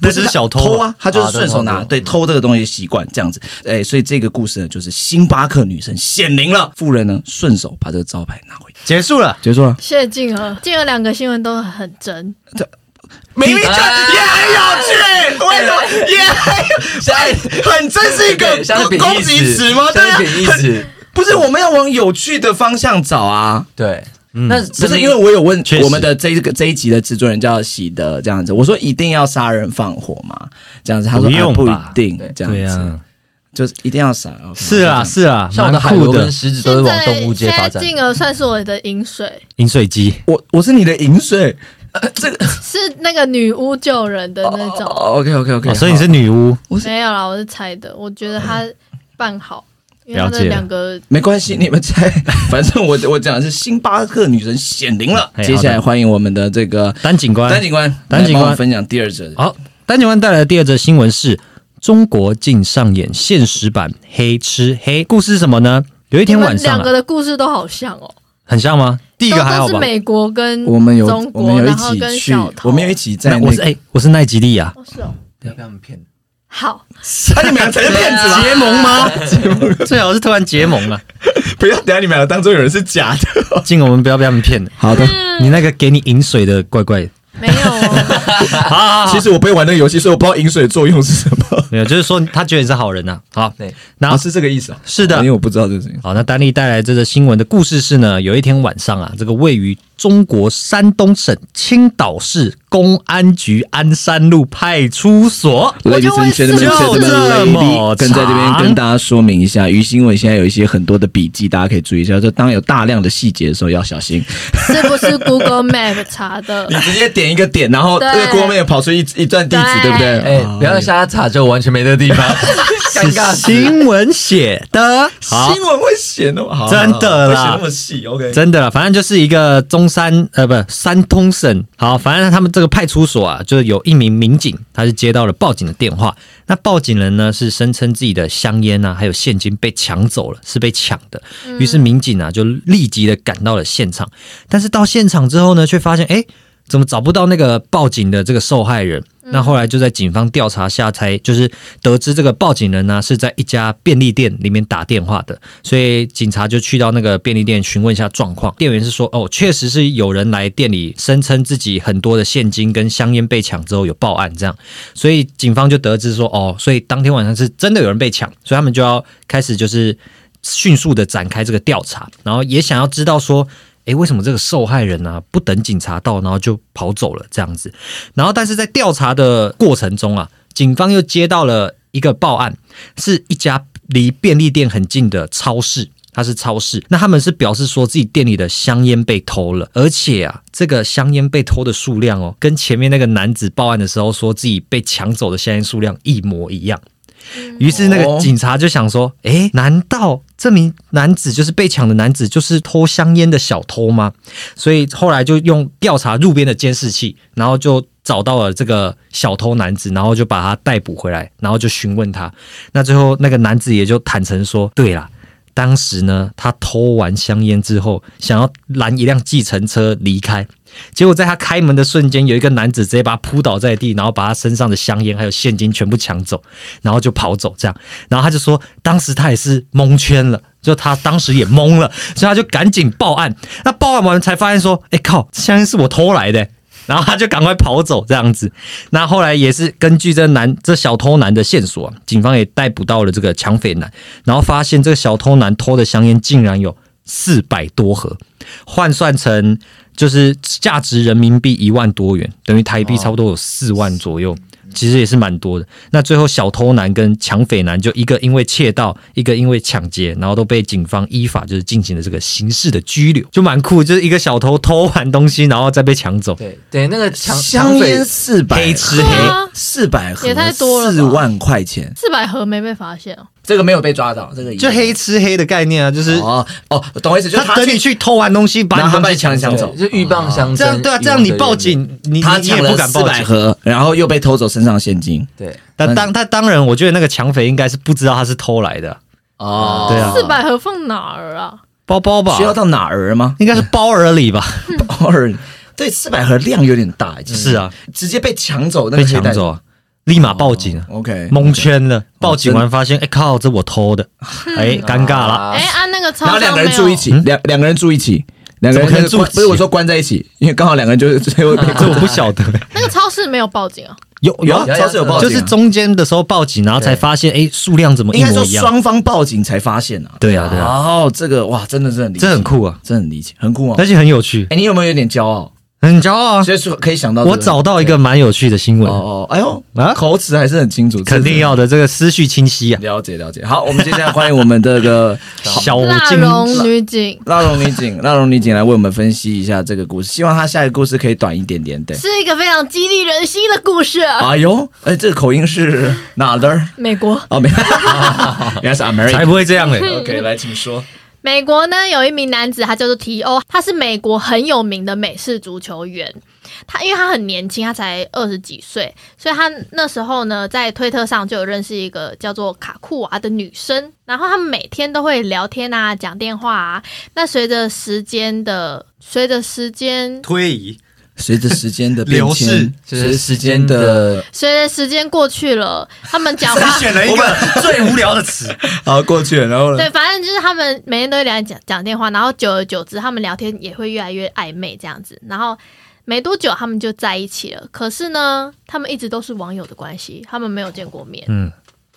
Speaker 2: 那只是小
Speaker 1: 偷
Speaker 2: 偷啊。
Speaker 1: 啊，他就是
Speaker 4: 啊
Speaker 1: 顺手
Speaker 4: 对
Speaker 1: 拿，
Speaker 4: 偷
Speaker 1: 对，偷这个东西习惯这样子，哎，所以这个故事呢就是星巴克女神显灵了，富人呢顺手把这个招牌拿回家，
Speaker 2: 结束了，
Speaker 1: 结束了，
Speaker 3: 谢静儿，静儿两个新闻都很真，
Speaker 1: 明明就也很有趣，为什么也很有哎很真是一个
Speaker 4: 对像是贬
Speaker 1: 攻
Speaker 4: 义
Speaker 1: 击
Speaker 4: 词
Speaker 1: 词吗？对
Speaker 4: 像
Speaker 1: 啊，
Speaker 4: 是贬义
Speaker 1: 很
Speaker 4: 词。
Speaker 1: 不是我们要往有趣的方向找啊。
Speaker 4: 对，嗯那
Speaker 1: 不
Speaker 4: 神
Speaker 1: 是
Speaker 4: 明
Speaker 1: 因为我有问
Speaker 2: 确实
Speaker 1: 我们的这个这一集的制作人叫喜德这样子，我说一定要杀人放火嘛，这样子他说
Speaker 2: 不用
Speaker 1: 啊不一
Speaker 2: 吧
Speaker 1: 定
Speaker 4: 对
Speaker 1: 这样子，
Speaker 2: 啊，
Speaker 1: 就是一定要杀。哦
Speaker 2: 是啊，是啊，
Speaker 4: 像我的
Speaker 2: 蛮
Speaker 4: 海
Speaker 2: 酷
Speaker 4: 螺
Speaker 2: 的
Speaker 4: 跟狮子都
Speaker 3: 现
Speaker 4: 是往
Speaker 3: 在
Speaker 4: 动物界
Speaker 3: 现
Speaker 4: 发
Speaker 3: 在
Speaker 4: 展。
Speaker 3: 静儿算是我的饮水，
Speaker 2: 饮水机。
Speaker 1: 我我是你的饮水，呃这个
Speaker 3: 是那个女巫救人的那种。
Speaker 1: OK OK OK，
Speaker 2: 哦所以你是女巫，
Speaker 3: 没有啦，我是猜的，我觉得他办好，因为他
Speaker 2: 了
Speaker 3: 的
Speaker 2: 解
Speaker 3: 两个
Speaker 1: 没关系，你们猜， 反正我我讲的是星巴克女神显灵了。
Speaker 2: 哎
Speaker 1: 接下来欢迎我们的这个
Speaker 2: 丹警官。
Speaker 1: 丹警官，
Speaker 2: 丹哦警
Speaker 1: 来
Speaker 2: 官
Speaker 1: 帮我们分享第二则。
Speaker 2: 好，丹警官带来的第二则新闻是中国竟上演现实版《黑吃黑》，故事是什么呢？有一
Speaker 3: 你
Speaker 2: 天
Speaker 3: 们
Speaker 2: 晚上、
Speaker 3: 两个
Speaker 2: 啊，
Speaker 3: 的故事都好像哦，
Speaker 2: 很像吗？第一个
Speaker 3: 都
Speaker 2: 还好
Speaker 3: 都是
Speaker 2: 吧？
Speaker 3: 美国跟
Speaker 1: 我们有
Speaker 3: 中
Speaker 1: 我们
Speaker 3: 国，
Speaker 1: 有一
Speaker 3: 然后跟
Speaker 1: 起去
Speaker 3: 小，偷，
Speaker 1: 我们有一起在
Speaker 2: 那我是
Speaker 1: 那
Speaker 2: 哎、
Speaker 1: 个
Speaker 2: 我是奈吉 利亚，
Speaker 3: 哦是哦，
Speaker 4: 不要被他们骗。
Speaker 3: 好，
Speaker 1: 啊
Speaker 2: 哎
Speaker 1: 你们俩才是骗子 吧？
Speaker 2: 结盟吗？最好是突然结盟了，
Speaker 1: 不要等下你们俩当做有人是假 的。
Speaker 2: 进我们不要被他们骗了。
Speaker 1: 好的，
Speaker 3: 嗯
Speaker 2: 你那个给你饮水的怪怪的，
Speaker 3: 没有哦，
Speaker 1: 其实我不会玩那个游戏，所以我不知道饮水作用是什么。
Speaker 2: 没有，就是说他觉得你是好人呐、好，
Speaker 4: 对，
Speaker 2: 然后
Speaker 1: 是这个意思啊？
Speaker 2: 是的
Speaker 1: 因为我不知道这个事情。
Speaker 2: 好，那丹丽带来这则新闻的故事是呢，有一天晚上啊，这个位于中国山东省青岛市公安局鞍山路派出所，
Speaker 3: 我就
Speaker 1: Ladies
Speaker 3: 会
Speaker 1: and
Speaker 3: 试
Speaker 1: gentlemen,
Speaker 2: 就这么
Speaker 1: gentlemen, lady，跟在这边
Speaker 2: 长
Speaker 1: 跟大家说明一下，于新闻现在有一些很多的笔记，大家可以注意一下。就当有大量的细节的时候要小心。
Speaker 3: 是不是 Google Map 查的
Speaker 1: 你？直接点一个点，然后
Speaker 3: 对
Speaker 1: 那个锅妹跑出一一段地址，
Speaker 3: 对
Speaker 1: 对不对？
Speaker 4: 哎、
Speaker 1: 啊
Speaker 4: 不要下查就完全没的地方， 尴
Speaker 2: 是
Speaker 4: 尬死了。
Speaker 2: 新闻写的，好
Speaker 1: 新，啊闻会写那么好，
Speaker 2: 真的啦
Speaker 1: 会写那么细，OK。
Speaker 2: 真的啦，反正就是一个中山呃，不山东省。好，反正他们这个派出所啊，就是有一名民警，他是接到了报警的电话。那报警人呢是声称自己的香烟啊，还有现金被抢走了，是被抢的。于是民警啊就立即的赶到了现场，但是到现场之后呢，却发现哎，诶怎么找不到那个报警的这个受害人？那后来就在警方调查下，才就是得知这个报警人呢、啊是在一家便利店里面打电话的，所以警察就去到那个便利店询问一下状况。店员是说，哦，确实是有人来店里声称自己很多的现金跟香烟被抢之后有报案这样，所以警方就得知说，哦，所以当天晚上是真的有人被抢，所以他们就要开始就是迅速的展开这个调查，然后也想要知道说，诶，为什么这个受害人呢、不等警察到，然后就跑走了这样子？然后但是在调查的过程中啊，警方又接到了一个报案，是一家离便利店很近的超市。它是超市，那他们是表示说自己店里的香烟被偷了，而且啊，这个香烟被偷的数量哦，跟前面那个男子报案的时候说自己被抢走的香烟数量一模一样。于是那
Speaker 1: 哦
Speaker 2: 个警察就想说：“诶，难道这名男子就是被抢的男子，就是偷香烟的小偷吗？”所以后来就用调查路边的监视器，然后就找到了这个小偷男子，然后就把他逮捕回来，然后就询问他。那最后那个男子也就坦诚说：“对啦。”当时呢，他偷完香烟之后，想要拦一辆计程车离开，结果在他开门的瞬间，有一个男子直接把他扑倒在地，然后把他身上的香烟还有现金全部抢走，然后就跑走这样。然后他就说，当时他也是蒙圈了。就他当时也懵了，所以他就赶紧报案。那报案完才发现说，哎、靠，这香烟是我偷来的、然后他就赶快跑走这样子。那后来也是根据这男这小偷男的线索、啊，警方也逮捕到了这个抢匪男，然后发现这个小偷男偷的香烟竟然有四百多盒，换算成就是价值人民币一万多元，等于台
Speaker 1: 哦
Speaker 2: 币差不多有四万左右。其实也是蛮多的。那最后，小偷男跟抢匪男就一个因为窃盗，一个因为抢劫，然后都被警方依法就是进行了这个刑事的拘留，就蛮酷。就是一个小偷偷完东西，然后再被抢走，
Speaker 4: 对对，那个抢
Speaker 1: 香
Speaker 4: 抢匪
Speaker 1: 烟四百，
Speaker 2: 黑吃黑
Speaker 3: 对。啊，
Speaker 1: 四百盒
Speaker 3: 也太多了吧
Speaker 1: 四万块钱，
Speaker 3: 四百盒没被发现哦。
Speaker 1: 这个没有被抓到，这个
Speaker 2: 就黑吃黑的概念啊，就是
Speaker 1: 哦哦，懂我意思，就是
Speaker 2: 他等你去偷完东西，把
Speaker 1: 然
Speaker 2: 你
Speaker 1: 后他
Speaker 2: 东
Speaker 1: 把
Speaker 2: 西
Speaker 1: 你抢
Speaker 2: 抢
Speaker 1: 抢
Speaker 2: 走。
Speaker 1: 走
Speaker 4: 对，就鹬蚌相争。
Speaker 2: 这样对啊，
Speaker 4: 鹬蚌
Speaker 2: 这样你
Speaker 4: 相
Speaker 2: 报
Speaker 4: 争
Speaker 2: 警，你
Speaker 1: 他
Speaker 2: 你也
Speaker 1: 抢
Speaker 2: 不
Speaker 1: 了
Speaker 2: 敢
Speaker 1: 四
Speaker 2: 报
Speaker 1: 百
Speaker 2: 警。
Speaker 1: 盒，然后又被偷走身上的现金。
Speaker 4: 对
Speaker 1: 嗯
Speaker 2: 但当他当然，我觉得那个抢匪应该是不知道他是偷来的
Speaker 1: 哦
Speaker 2: 对啊
Speaker 3: 四百盒放哪儿啊？
Speaker 2: 包包吧
Speaker 1: 需，要到哪儿吗？
Speaker 2: 应该是包耳里吧？
Speaker 1: 偶尔对，四百盒量有点大，其实
Speaker 2: 是啊，
Speaker 1: 直接被抢走那个
Speaker 2: 被
Speaker 1: 黑
Speaker 2: 抢
Speaker 1: 带哦
Speaker 2: 走，啊，立马报警啊。
Speaker 1: OK，
Speaker 2: 蒙圈
Speaker 1: 哦
Speaker 2: 了，报警完发现，哎、靠，这我 偷的，哎、尴尬了。
Speaker 4: 啊
Speaker 3: 哎、按、那个超
Speaker 1: 然后
Speaker 3: 商
Speaker 1: 两
Speaker 3: 没
Speaker 1: 个
Speaker 3: 有
Speaker 1: 人住一起，两两个人住一起，两个人
Speaker 2: 怎么可能
Speaker 1: 那个关
Speaker 2: 住一起
Speaker 1: 不是我说关在一起，因为刚好两个人就是最后 被
Speaker 2: 这我不晓得，
Speaker 3: 那个超市没有报警啊，
Speaker 2: 有
Speaker 1: 有
Speaker 2: 啊
Speaker 1: 啊超市有啊报警
Speaker 2: 就
Speaker 1: 啊，
Speaker 2: 是中间的时候报警，然后才发现，哎，数量怎么一
Speaker 1: 应该
Speaker 2: 模
Speaker 1: 说
Speaker 2: 一样？
Speaker 1: 双方报警才发现啊。
Speaker 2: 对啊，对啊，
Speaker 1: 哦，这个哇，真的是很离奇，
Speaker 2: 这很，酷啊，
Speaker 1: 真的很离奇，很酷哦
Speaker 2: 而。且很有趣，
Speaker 1: 哎，你有没有有点骄傲？
Speaker 2: 很骄傲啊。
Speaker 1: 所以说可以想到这个
Speaker 2: 我找到一个蛮有趣的新闻，
Speaker 1: 哦哦，哎呦
Speaker 2: 啊，
Speaker 1: 口齿还是很清楚，
Speaker 2: 肯定要的，这个思绪清晰啊。
Speaker 1: 了解了解。好，我们接下来欢迎我们这 个
Speaker 2: 小
Speaker 1: 哦
Speaker 3: 蜡
Speaker 2: 金
Speaker 3: 绒女警
Speaker 1: 拉拢女警，拉拢女警来为我们分析一下这个故事，希望她下一个故事可以短一点点。对，
Speaker 3: 是一个非常激励人心的故事。
Speaker 1: 哎呦，哎，这个口音是哪儿的？
Speaker 3: 美国，
Speaker 1: 哦，没， 原来是
Speaker 2: 才
Speaker 1: American。
Speaker 2: 不会这样嘞、欸
Speaker 1: OK，来，请说。
Speaker 3: 美国呢有一名男子，他叫做提欧，他是美国很有名的美式足球员。他因为他很年轻，他才二十几岁，所以他那时候呢在推特上就有认识一个叫做卡库娃的女生，然后他们每天都会聊天啊，讲电话啊。那随着时间的，随着时间
Speaker 2: 推移，
Speaker 1: 随着时间的变
Speaker 2: 流逝
Speaker 1: 迁，随着时间的
Speaker 3: 随着时间过去了，他们讲话
Speaker 2: 选了 一个最无聊的词，
Speaker 1: 好过去了，然后呢
Speaker 3: 对，反正就是他们每天都会聊讲讲电话，然后久而久之，他们聊天也会越来越暧昧这样子。然后没多久，他们就在一起了。可是呢，他们一直都是网友的关系，他们没有见过面。
Speaker 2: 嗯，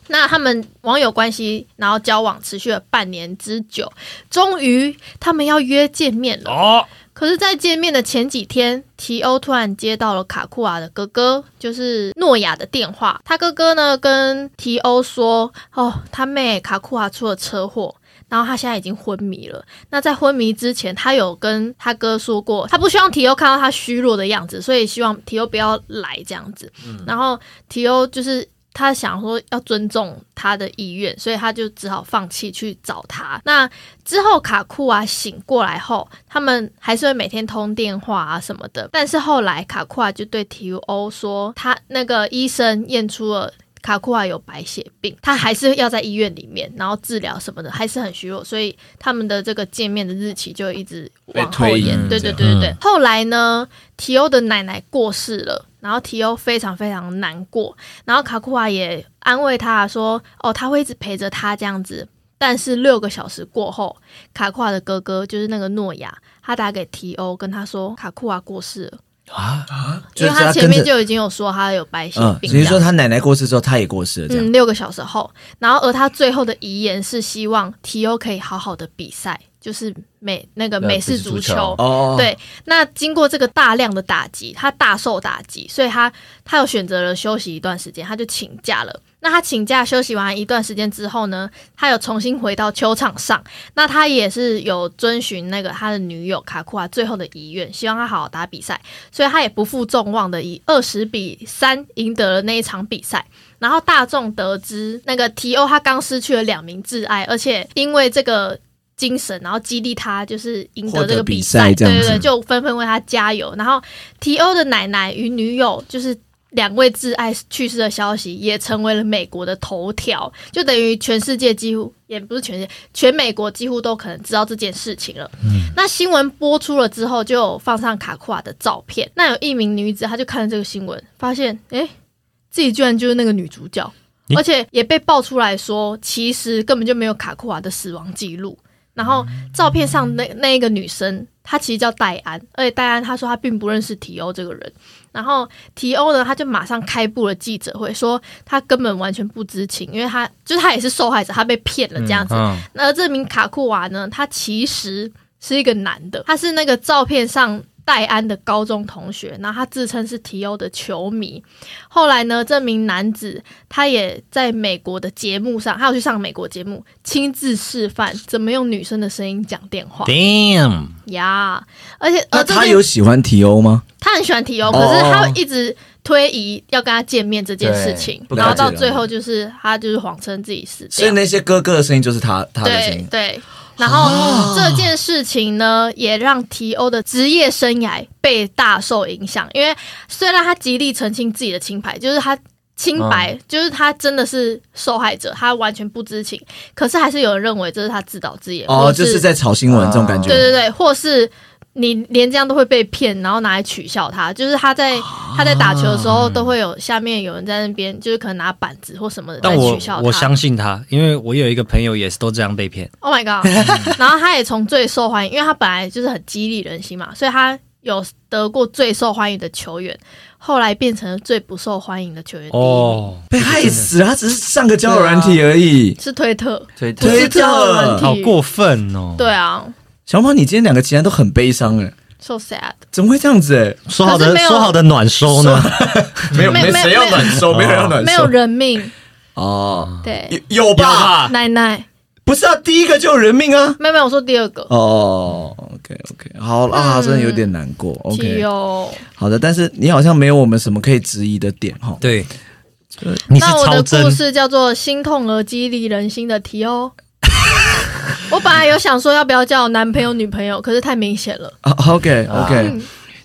Speaker 3: 那他们网友关系，然后交往持续了半年之久，终于他们要约见面了。
Speaker 2: 哦，
Speaker 3: 可是，在见面的前几天，提欧突然接到了卡库瓦的哥哥，就是诺亚的电话。他哥哥呢跟提欧说：“哦，他妹卡库瓦出了车祸。”然后他现在已经昏迷了。那在昏迷之前，他有跟他哥说过，他不希望提欧看到他虚弱的样子，所以希望提欧不要来这样子。然后提欧就是他想说要尊重他的意愿，所以他就只好放弃去找他。那之后卡库啊醒过来后，他们还是会每天通电话啊什么的。但是后来卡库啊就对 T U O 说，他那个医生验出了。卡库啊有白血病，他还是要在医院里面，然后治疗什么的，还是很虚弱，所以他们的这个见面的日期就一直往
Speaker 1: 被
Speaker 3: 后
Speaker 1: 推嗯
Speaker 3: 延
Speaker 1: 延。
Speaker 3: 对对对对对。后来呢，提欧的奶奶过世了，然后提欧非常非常难过，然后卡库瓦也安慰他说：“哦，他会一直陪着他这样子。”但是六个小时过后，卡库瓦的哥哥就是那个诺亚，他打给提欧，跟他说卡库瓦过世了，因为他前面就已经有说他有白血
Speaker 1: 嗯，
Speaker 3: 病
Speaker 1: 只
Speaker 3: 这
Speaker 1: 是
Speaker 3: 样嗯
Speaker 1: 说他奶奶过世之后，他也过世了，这样。
Speaker 3: 嗯，六个小时后，然后而他最后的遗言是希望提欧可以好好的比赛，就是美那个
Speaker 4: 呃
Speaker 3: 美式
Speaker 4: 美式足
Speaker 3: 足
Speaker 4: 球
Speaker 3: 球。
Speaker 1: 哦，
Speaker 3: 对，那经过这个大量的打击，他大受打击，所以他他有选择了休息一段时间，他就请假了。那他请假休息完一段时间之后呢，他有重新回到球场上。那他也是有遵循那个他的女友卡库啊最后的遗愿，希望他好好打比赛，所以他也不负众望的以二十比三赢得了那一场比赛。然后大众得知那个提欧他刚失去了两名挚爱，而且因为这个精神，然后激励他就是赢
Speaker 1: 获
Speaker 3: 得
Speaker 1: 得
Speaker 3: 这个
Speaker 1: 比赛
Speaker 3: 赛，
Speaker 1: 这样
Speaker 3: 对对对，
Speaker 1: 子
Speaker 3: 就纷纷为他加油。然后提欧的奶奶与女友就是。两位挚爱去世的消息也成为了美国的头条，就等于全世界几乎也不是全世界，全美国几乎都可能知道这件事情了。那新闻播出了之后，就有放上卡库瓦的照片。那有一名女子，她就看了这个新闻，发现诶，自己居然就是那个女主角，
Speaker 2: 咦
Speaker 3: 而且也被爆出来说，其实根本就没有卡库瓦的死亡记录。然后照片上那那一个女生，她其实叫戴安，而且戴安她说她并不认识提欧这个人。然后提欧呢，他就马上开布了记者会，说他根本完全不知情，因为他就是他也是受害者，他被骗了这样子。
Speaker 4: 嗯，
Speaker 3: 那这名卡库瓦呢，他其实是一个男的，他是那个照片上戴安的高中同学，然后他自称是提欧的球迷。后来呢，这名男子他也在美国的节目上，他有去上美国节目，亲自示范怎么用女生的声音讲电话
Speaker 2: ，Damn，
Speaker 3: 呀。而且，
Speaker 1: 那
Speaker 3: 呃，这
Speaker 1: 他
Speaker 3: 件
Speaker 1: 有喜欢提欧吗？
Speaker 3: 他很喜欢提欧，
Speaker 1: 哦
Speaker 3: 可是他会一直推移要跟他见面这件事情，
Speaker 1: 对
Speaker 3: 然后
Speaker 1: 不了
Speaker 3: 到
Speaker 1: 解了
Speaker 3: 最后就是他就是谎称自己死
Speaker 1: 所以
Speaker 3: 掉。
Speaker 1: 那些哥哥的声音就是他他的声
Speaker 3: 对
Speaker 1: 音。
Speaker 3: 对，然后这件事情呢，也让提欧的职业生涯被大受影响，因为虽然他极力澄清自己的清白，就是他。清
Speaker 1: 嗯
Speaker 3: 白、就是他真的是受害者，他完全不知情，可是还是有人认为这是他自导自演，
Speaker 1: 哦，
Speaker 3: 或
Speaker 1: 就是是在炒新闻这种
Speaker 2: 哦
Speaker 1: 感觉。
Speaker 3: 对对对，或是你连这样都会被骗，然后拿来取笑他。就是他在、
Speaker 2: 啊
Speaker 3: 他在打球的时候，都会有下面有人在那边，就是可能拿板子或什么的
Speaker 2: 但
Speaker 3: 在
Speaker 2: 我
Speaker 3: 取笑他。
Speaker 2: 我相信他，因为我有一个朋友也是都这样被骗。
Speaker 3: Oh my god！然后他也从最受欢迎，因为他本来就是很激励人心嘛，所以他有得过最受欢迎的球员，后来变成了最不受欢迎的球员第一名。
Speaker 2: 哦，
Speaker 1: 被害死了，他只是上个交友软体而已。
Speaker 3: 是推特，
Speaker 4: 推
Speaker 3: 不
Speaker 4: 特
Speaker 1: 推
Speaker 3: 是
Speaker 1: 特
Speaker 3: 交友软体
Speaker 2: 好过分哦！
Speaker 3: 对啊
Speaker 1: 小马，你今天两个竟然都很悲伤哎，
Speaker 3: ，so sad。
Speaker 1: 怎么会这样子哎？
Speaker 2: 说好
Speaker 3: 可是
Speaker 2: 的
Speaker 3: 没有
Speaker 2: 说好的暖收呢？
Speaker 1: 没有
Speaker 3: 没
Speaker 1: 没
Speaker 3: 没
Speaker 1: 谁要
Speaker 3: 没
Speaker 1: 暖收，没有人要暖
Speaker 3: 没有
Speaker 1: 收。
Speaker 3: 人命，
Speaker 1: 哦，
Speaker 3: 对，
Speaker 1: 有有吧？
Speaker 3: 奶奶，
Speaker 1: 不是啊，第一个就有人命啊。
Speaker 3: 没有没有，我说第二个，
Speaker 1: 哦，OK OK，好啊，真的有点难过。OK，
Speaker 3: 提欧。
Speaker 1: 好的，但是你好像没有我们什么可以质疑的点 哈。
Speaker 2: 对，你是
Speaker 3: 那我
Speaker 2: 超
Speaker 3: 的
Speaker 2: 真
Speaker 3: 故事叫做《心痛而激励人心的提欧》。 我本来有想说要不要叫男朋友、女朋友，可是太明显了。
Speaker 1: 啊，OK OK，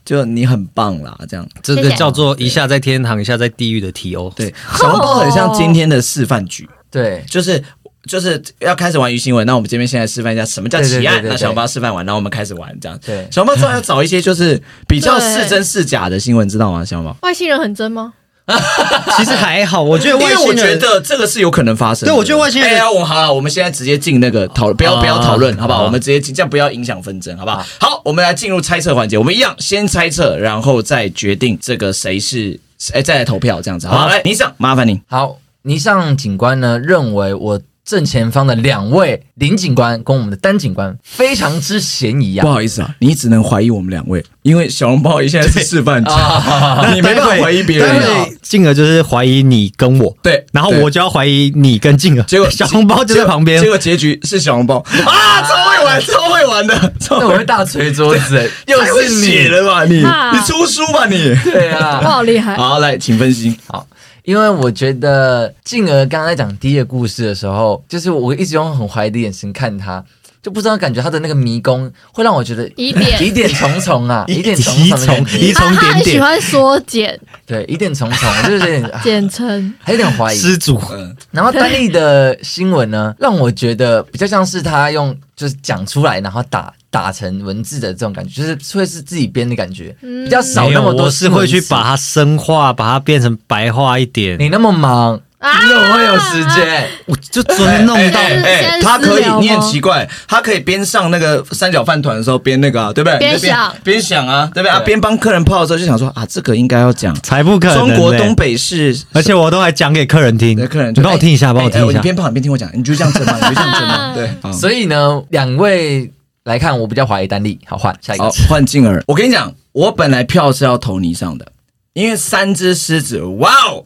Speaker 1: 就你很棒啦，这样。
Speaker 2: 这
Speaker 3: 谢
Speaker 2: 个
Speaker 3: 谢
Speaker 2: 叫做一下在天堂，一下在地狱的 T O。
Speaker 1: 对，小笼包很像今天的示范局，
Speaker 4: 对，
Speaker 1: 就是就是要开始玩鱼新闻。那我们这边现在示范一下什么叫奇案
Speaker 4: 对对对对。对
Speaker 1: 那小笼包示范完，然后我们开始玩这样。
Speaker 4: 对
Speaker 1: 小笼包突然要找一些就是比较是真是假的新闻，知道吗？小笼包，
Speaker 3: 外星人很真吗？
Speaker 2: 其实还好，我觉得
Speaker 1: 因
Speaker 2: 外
Speaker 1: 为我
Speaker 2: 星
Speaker 1: 觉
Speaker 2: 人
Speaker 1: 得这个是有可能发生的。
Speaker 2: 对我觉得外星人
Speaker 1: 哎呀，我好了，我们现在直接进那个讨，不要
Speaker 2: 啊
Speaker 1: 不要讨论，好不好？
Speaker 2: 好
Speaker 1: 我们直接进，这样不要影响纷争，好不好？好，我们来进入猜测环节。我们一样先猜测，然后再决定这个谁是。哎，再来投票这样子，好，
Speaker 2: 好
Speaker 1: 来，你上，麻烦你。
Speaker 4: 好，倪尚警官呢认为我正前方的两位林警官跟我们的单警官非常之嫌 疑
Speaker 1: 不
Speaker 4: 啊。
Speaker 1: 好意思啊，你只能怀疑我们两位，因为小笼包现在是示范者，啊 你没办法怀疑别人
Speaker 2: 待
Speaker 1: 啊。
Speaker 2: 会进而就是怀疑你跟我，
Speaker 1: 对
Speaker 2: 然后
Speaker 1: 对
Speaker 2: 我就要怀疑你跟静儿，
Speaker 1: 结果
Speaker 2: 小红包就在旁边
Speaker 1: 结，果结局是小 笼包啊，超会玩，超会玩的，超
Speaker 4: 那我会大捶桌子、欸，又
Speaker 1: 太会
Speaker 4: 是
Speaker 1: 写
Speaker 4: 你，
Speaker 1: 了吧你，
Speaker 3: 啊
Speaker 1: 你出书吧你。
Speaker 4: 对啊
Speaker 3: 我。好厉害！
Speaker 1: 好，来，请分析。
Speaker 3: 啊
Speaker 4: 好，因为我觉得静儿刚才讲第一个故事的时候，就是我一直用很怀疑的眼神看她，就不知道感觉她的那个迷宫会让我觉得
Speaker 3: 疑点
Speaker 4: 疑点重重 啊，疑点重
Speaker 2: 疑
Speaker 4: 重的感
Speaker 2: 从
Speaker 4: 觉
Speaker 2: 疑
Speaker 3: 他
Speaker 2: 从
Speaker 3: 啊他
Speaker 2: 点
Speaker 3: 很喜
Speaker 2: 点，
Speaker 3: 欢缩减，
Speaker 4: 对，疑点重重，我就是有点啊
Speaker 3: 简称
Speaker 4: 还有点怀 疑。
Speaker 2: 失主
Speaker 1: 嗯
Speaker 4: 然后丹立的新闻呢，让我觉得比较像是他用就是讲出来，然后打打成文字的这种感觉，就是会是自己编的感觉，
Speaker 3: 嗯
Speaker 4: 比较少
Speaker 2: 没
Speaker 4: 那
Speaker 2: 有，
Speaker 4: 么多
Speaker 2: 我是
Speaker 4: 新闻
Speaker 2: 会
Speaker 4: 词。
Speaker 2: 去把它深化，把它变成白化一点，
Speaker 4: 你那么忙，
Speaker 3: 啊
Speaker 4: 你怎么会有时间？
Speaker 2: 我就真弄到
Speaker 3: 哎哎先私
Speaker 1: 他可以
Speaker 3: 聊，吗
Speaker 1: 你很奇怪，他可以边上那个三角饭团的时候边那个啊，对不对？
Speaker 3: 边
Speaker 1: 你就
Speaker 3: 想
Speaker 1: 边想啊，对不对？啊，
Speaker 4: 对
Speaker 1: 边帮客人泡的时候就想说啊，这个应该要讲
Speaker 2: 才不可能
Speaker 1: 中国
Speaker 2: 呢
Speaker 1: 东北市
Speaker 2: 而且我都还讲给客人听
Speaker 1: 那，客人就
Speaker 2: 你帮我听一下，
Speaker 1: 哎
Speaker 2: 帮我
Speaker 1: 哎
Speaker 2: 听一
Speaker 1: 你
Speaker 2: 下。
Speaker 1: 嗯边跑你边听我讲，你就这样子嘛，你就这样子嘛，对，好
Speaker 4: 所以呢，两位来看，我比较怀疑丹利。好，换下一
Speaker 1: 好
Speaker 4: 个。，
Speaker 1: 换静儿。我跟你讲，我本来票是要投你上的，因为三只狮子，哇哦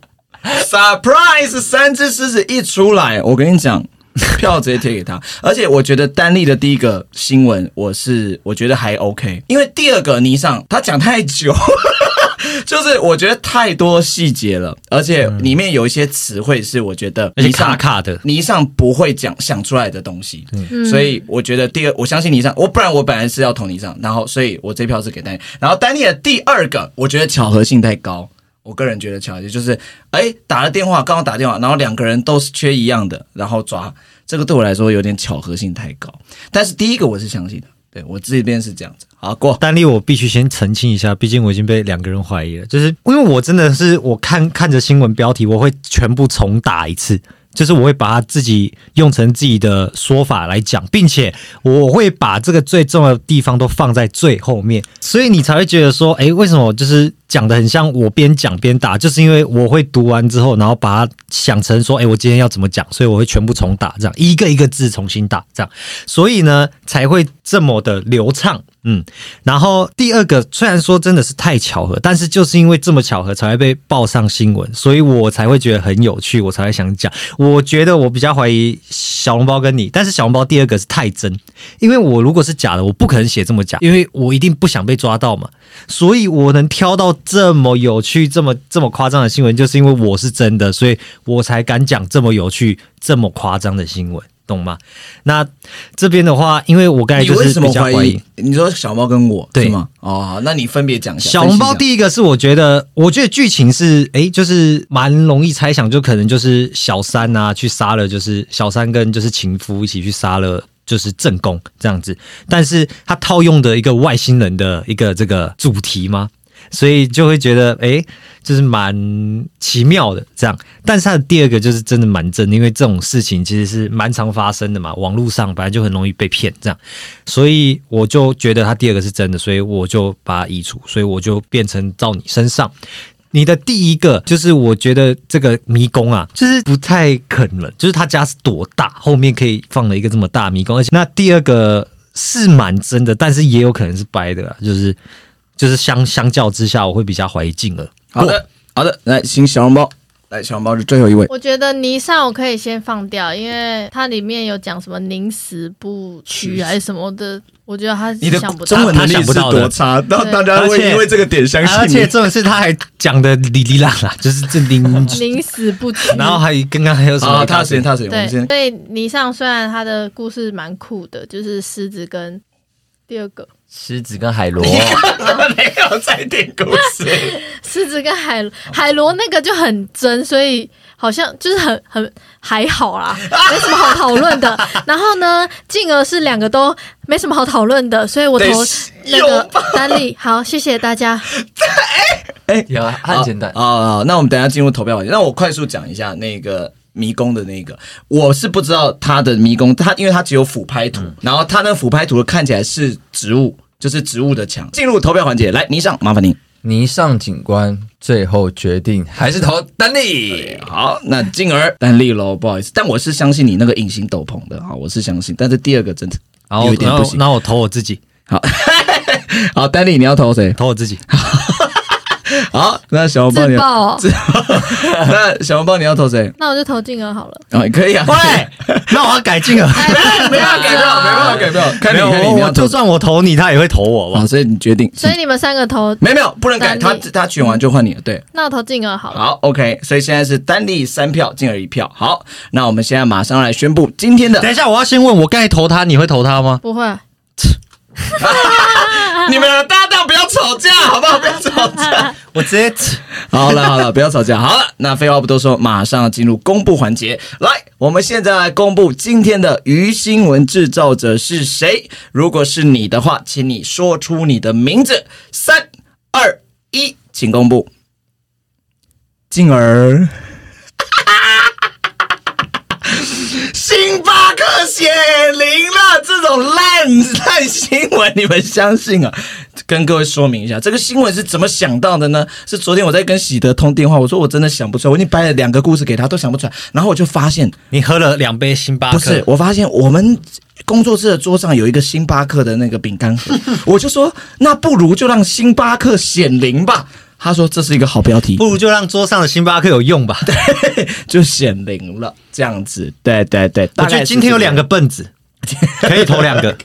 Speaker 1: ，surprise！三只狮子一出来，我跟你讲，票直接贴给他。 而且我觉得丹立的第一个新闻，我是我觉得还 OK，因为第二个倪尚他讲太久。 就是我觉得太多细节了，而且里面有一些词汇是我觉得
Speaker 2: 而且
Speaker 1: 倪尚
Speaker 2: 卡卡的
Speaker 1: 倪尚不会讲想出来的东西，所以我觉得第二，我相信倪尚，我不然我本来是要投倪尚，然后所以我这票是给丹尼，然后丹尼的第二个，我觉得巧合性太高，我个人觉得巧合性就是，哎，打了电话，刚好打电话，然后两个人都是缺一样的，然后抓，这个对我来说有点巧合性太高，但是第一个我是相信的，对我这边是这样子，好过，
Speaker 2: 丹立，我必须先澄清一下，毕竟我已经被两个人怀疑了。就是因为我真的是我看看着新闻标题，我会全部重打一次，就是我会把它自己用成自己的说法来讲，并且我会把这个最重要的地方都放在最后面，所以你才会觉得说，诶，为什么我就是讲的很像我边讲边打，就是因为我会读完之后，然后把它想成说，诶，我今天要怎么讲，所以我会全部重打，这样一个一个字重新打，这样，所以呢才会这么的流畅，嗯。然后第二个，虽然说真的是太巧合，但是就是因为这么巧合才会被报上新闻，所以我才会觉得很有趣，我才会想讲。我觉得我比较怀疑小笼包跟你，但是小笼包第二个是太真，因为我如果是假的，我不可能写这么假，因为我一定不想被抓到嘛。所以我能挑到这么有趣、这么这么夸张的新闻，就是因为我是真的，所以我才敢讲这么有趣、这么夸张的新闻。懂吗？那这边的话，因为我刚才
Speaker 1: 你
Speaker 2: 就是
Speaker 1: 为什么
Speaker 2: 比较
Speaker 1: 怀疑？你说小猫跟我
Speaker 2: 对
Speaker 1: 是吗？哦，好那你分别讲一下。
Speaker 2: 小笼包
Speaker 1: 分析一
Speaker 2: 第一个是我觉得，我觉得剧情是诶，就是蛮容易猜想，就可能就是小三啊去杀了，就是小三跟就是情夫一起去杀了。就是正宫这样子，但是他套用的一个外星人的一个这个主题吗？所以就会觉得，诶，就是蛮奇妙的这样。但是他的第二个就是真的蛮真的，因为这种事情其实是蛮常发生的嘛，网络上本来就很容易被骗这样。所以我就觉得他第二个是真的，所以我就把它移除，所以我就变成到你身上。你的第一个就是，我觉得这个迷宫啊，就是不太可能，就是他家是多大，后面可以放了一个这么大迷宫，而且那第二个是蛮真的，但是也有可能是掰的啦，啊就是就是相相较之下，我会比较怀疑静儿。
Speaker 1: 下好的，好的，来，请小笼包，来，小笼包是最后一位。
Speaker 3: 我觉得泥上我可以先放掉，因为它里面有讲什么宁死不屈还是什么的，我觉得他
Speaker 1: 你的
Speaker 3: 想不到
Speaker 1: 中。文能力
Speaker 2: 他想不
Speaker 1: 是
Speaker 2: 到的
Speaker 1: 多差，让大家
Speaker 2: 而
Speaker 1: 会
Speaker 2: 且
Speaker 1: 因为这个点相
Speaker 2: 而
Speaker 1: 信
Speaker 2: 且
Speaker 1: 你。
Speaker 2: 重点是他还讲的哩哩啦 啦，就是这零，
Speaker 3: 宁死不屈。
Speaker 2: 然后还有刚刚还有什么
Speaker 1: 啊，踏实点，踏实点，我们先
Speaker 3: 对，所以泥上虽然他的故事蛮酷的，就是狮子跟第二个
Speaker 4: 狮子跟海螺，
Speaker 1: 没有再听故事。
Speaker 3: 狮子跟海螺海螺那个就很真，所以好像就是很很还好啦，没什么好讨论的。然后呢，进而是两个都没什么好讨论的，所以我投
Speaker 1: 对
Speaker 3: 那
Speaker 1: 有
Speaker 3: 个丹利。好，谢谢大家。
Speaker 4: 有啊，它很简单。
Speaker 1: 啊、好那我们等一下进入投票环节。那我快速讲一下那个。迷宫的那个，我是不知道它的迷宫，它因为它只有俯拍图，
Speaker 2: 嗯
Speaker 1: 然后它那俯拍图看起来是植物，就是植物的墙。进入投票环节，来，倪尚，麻烦您。
Speaker 4: 泥上警官最后决定还是投丹利。
Speaker 1: 好，那进而但立喽，不好意思，但我是相信你那个隐形斗篷的，好，我是相信，但是第二个真的
Speaker 2: 然后
Speaker 1: 有一点
Speaker 2: 然
Speaker 1: 不
Speaker 2: 后
Speaker 1: 行。
Speaker 2: 然后我投我自己，
Speaker 1: 好，丹立，你要投谁？
Speaker 2: 投我自己。
Speaker 1: 好，那小红包你
Speaker 3: 自
Speaker 1: 要
Speaker 3: 爆哦
Speaker 1: 自爆 那小红包你要投谁？
Speaker 3: 那我就投进而好了。
Speaker 1: 啊、可以啊，
Speaker 2: 喂，那我要改进了。
Speaker 1: 没办法改票， 没办法改票，看 你
Speaker 2: 没有，
Speaker 1: 看你你
Speaker 2: 我我
Speaker 1: 要投哦
Speaker 2: 就算我投你，他也会投我吧
Speaker 1: 好，？所以你决定，嗯
Speaker 3: 所以你们三个投，
Speaker 1: 没有没有不能改，他
Speaker 3: 丹立
Speaker 1: 他选完就换你了，对。
Speaker 3: 那我投进而好了。
Speaker 1: 好，OK，所以现在是丹立三票，进而一票。好，那我们现在马上来宣布今天的
Speaker 2: 等一下，我要先问我刚才投他，你会投他吗？
Speaker 3: 不会，
Speaker 1: 你们的搭档不要吵架，好不好？不要吵 架。
Speaker 2: 我直接
Speaker 1: 好了好了，不要吵架。好了，那废话不多说，马上进入公布环节。来，我们现在来公布今天的鱼新闻制造者是谁。如果是你的话，请你说出你的名字。三二一，请公布。进而，星巴克血淋了这种烂烂新闻，你们相信啊？跟各位说明一下，这个新闻是怎么想到的呢？是昨天我在跟喜德通电话，我说我真的想不出来，我已经掰了两个故事给他，都想不出来。然后我就发现，
Speaker 2: 你喝了两杯星巴克，
Speaker 1: 不是，我发现我们工作室的桌上有一个星巴克的那个饼干 盒，我就说那不如就让星巴克显灵吧。他说这是一个好标题，
Speaker 2: 不如就让桌上的星巴克有用吧。
Speaker 1: 就显灵了这样子。对对对，
Speaker 2: 我
Speaker 1: 大
Speaker 2: 觉
Speaker 1: 概
Speaker 2: 得
Speaker 1: 是
Speaker 2: 今天有
Speaker 1: 这样
Speaker 2: 两个笨子，可以 投两个。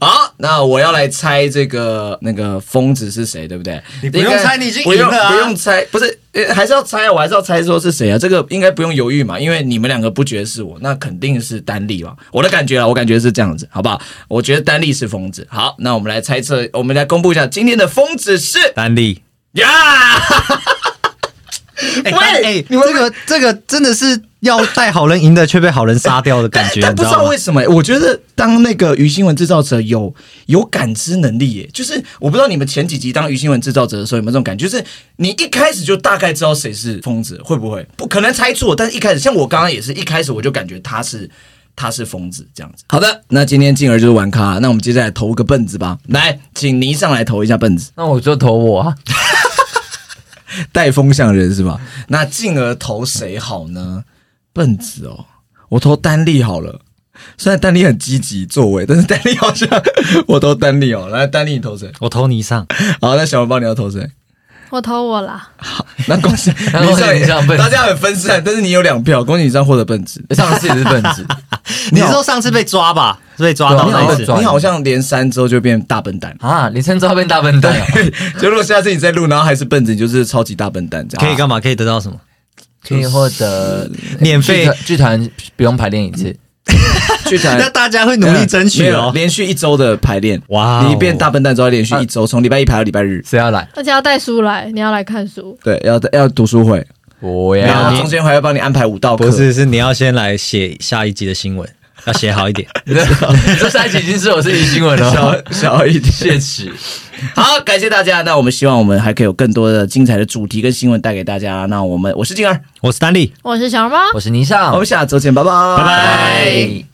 Speaker 1: 好，那我要来猜这个那个疯子是谁，对不对？
Speaker 2: 你不用
Speaker 1: 应该
Speaker 2: 猜你已经
Speaker 1: 不用
Speaker 2: 赢了啊
Speaker 1: 不用猜，不是、呃还是要猜啊，我还是要猜说是谁啊？这个应该不用犹豫嘛，因为你们两个不觉得是我，那肯定是丹利嘛。我的感觉啊，我感觉是这样子，好不好？我觉得丹利是疯子。好，那我们来猜测，我们来公布一下今天的疯子是
Speaker 2: 丹利，
Speaker 1: 呀。
Speaker 2: 哎、
Speaker 1: 喂
Speaker 2: 哎这个这个真的是要带好人赢的，却被好人杀掉的感觉，
Speaker 1: 但
Speaker 2: 你
Speaker 1: 不
Speaker 2: 知
Speaker 1: 知道
Speaker 2: 道吗
Speaker 1: 为？什么、我觉得当那个鱼新闻制造者有有感知能力耶、就是我不知道你们前几集当鱼新闻制造者的时候有没有这种感觉，就是你一开始就大概知道谁是疯子，会不会？不可能猜错，但是一开始像我刚刚也是一开始我就感觉他是。他是疯子，这样子。好的，那今天进而就是玩咖，那我们接下来投个笨子吧。来，请倪上来投一下笨子，
Speaker 4: 那我就投我啊，
Speaker 1: 带风向人是吧？那进而投谁好呢？笨子哦，我投丹利好了。虽然丹利很积极作为，但是丹利好像 我投丹利哦。来，丹利你投谁？
Speaker 2: 我投你上，
Speaker 1: 好，那小笼包你要投谁？
Speaker 3: 我投我啦，
Speaker 1: 好，那恭喜
Speaker 4: 那恭喜
Speaker 1: 你
Speaker 4: 你上笨子
Speaker 1: 大家很分散，但是你有两票，恭喜你上获得笨子。
Speaker 4: 上次也是笨子，
Speaker 2: 你是说上次被抓吧？是被抓
Speaker 4: 对
Speaker 2: 到
Speaker 1: 你
Speaker 4: 上
Speaker 2: 那
Speaker 1: 好
Speaker 2: 一
Speaker 4: 笨
Speaker 2: 次
Speaker 4: 子，
Speaker 1: 像，你好像连三之后就变大笨蛋。
Speaker 4: 啊，连称之后变大笨蛋、哦，
Speaker 1: 就如果下次你再录，然后还是笨子，你就是超级大笨蛋这样。
Speaker 2: 可以干嘛？可以得到什么？
Speaker 4: 可以获得
Speaker 2: 免费
Speaker 4: 剧团剧团不用排练一次，
Speaker 1: 去谈
Speaker 2: 啊那大家会努力争取
Speaker 1: 没有
Speaker 2: 哦。
Speaker 1: 连续一周的排练。
Speaker 2: 哇哦
Speaker 1: 你变大笨蛋之后，连续一周，从礼拜一排到礼拜日。
Speaker 4: 谁要来？
Speaker 3: 而且要带书来，你要来看书。
Speaker 1: 对，要要读书会，
Speaker 4: 我
Speaker 1: 然
Speaker 4: 要
Speaker 1: 后中间还要帮你安排五道课。
Speaker 2: 不，是，是你要先来写下一集的新闻，要写好一点。
Speaker 4: 这三集已经是我自己新 闻
Speaker 1: 小
Speaker 4: 了，
Speaker 1: 小一点。
Speaker 4: 谢齿。
Speaker 1: 好，感谢大家。那我们希望我们还可以有更多的精彩的主题跟新闻带给大家。那我们我是静儿，
Speaker 2: 我是丹利，
Speaker 3: 我是小猫，
Speaker 4: 我是倪尚
Speaker 1: 我，们下周见，拜拜，拜
Speaker 4: 拜。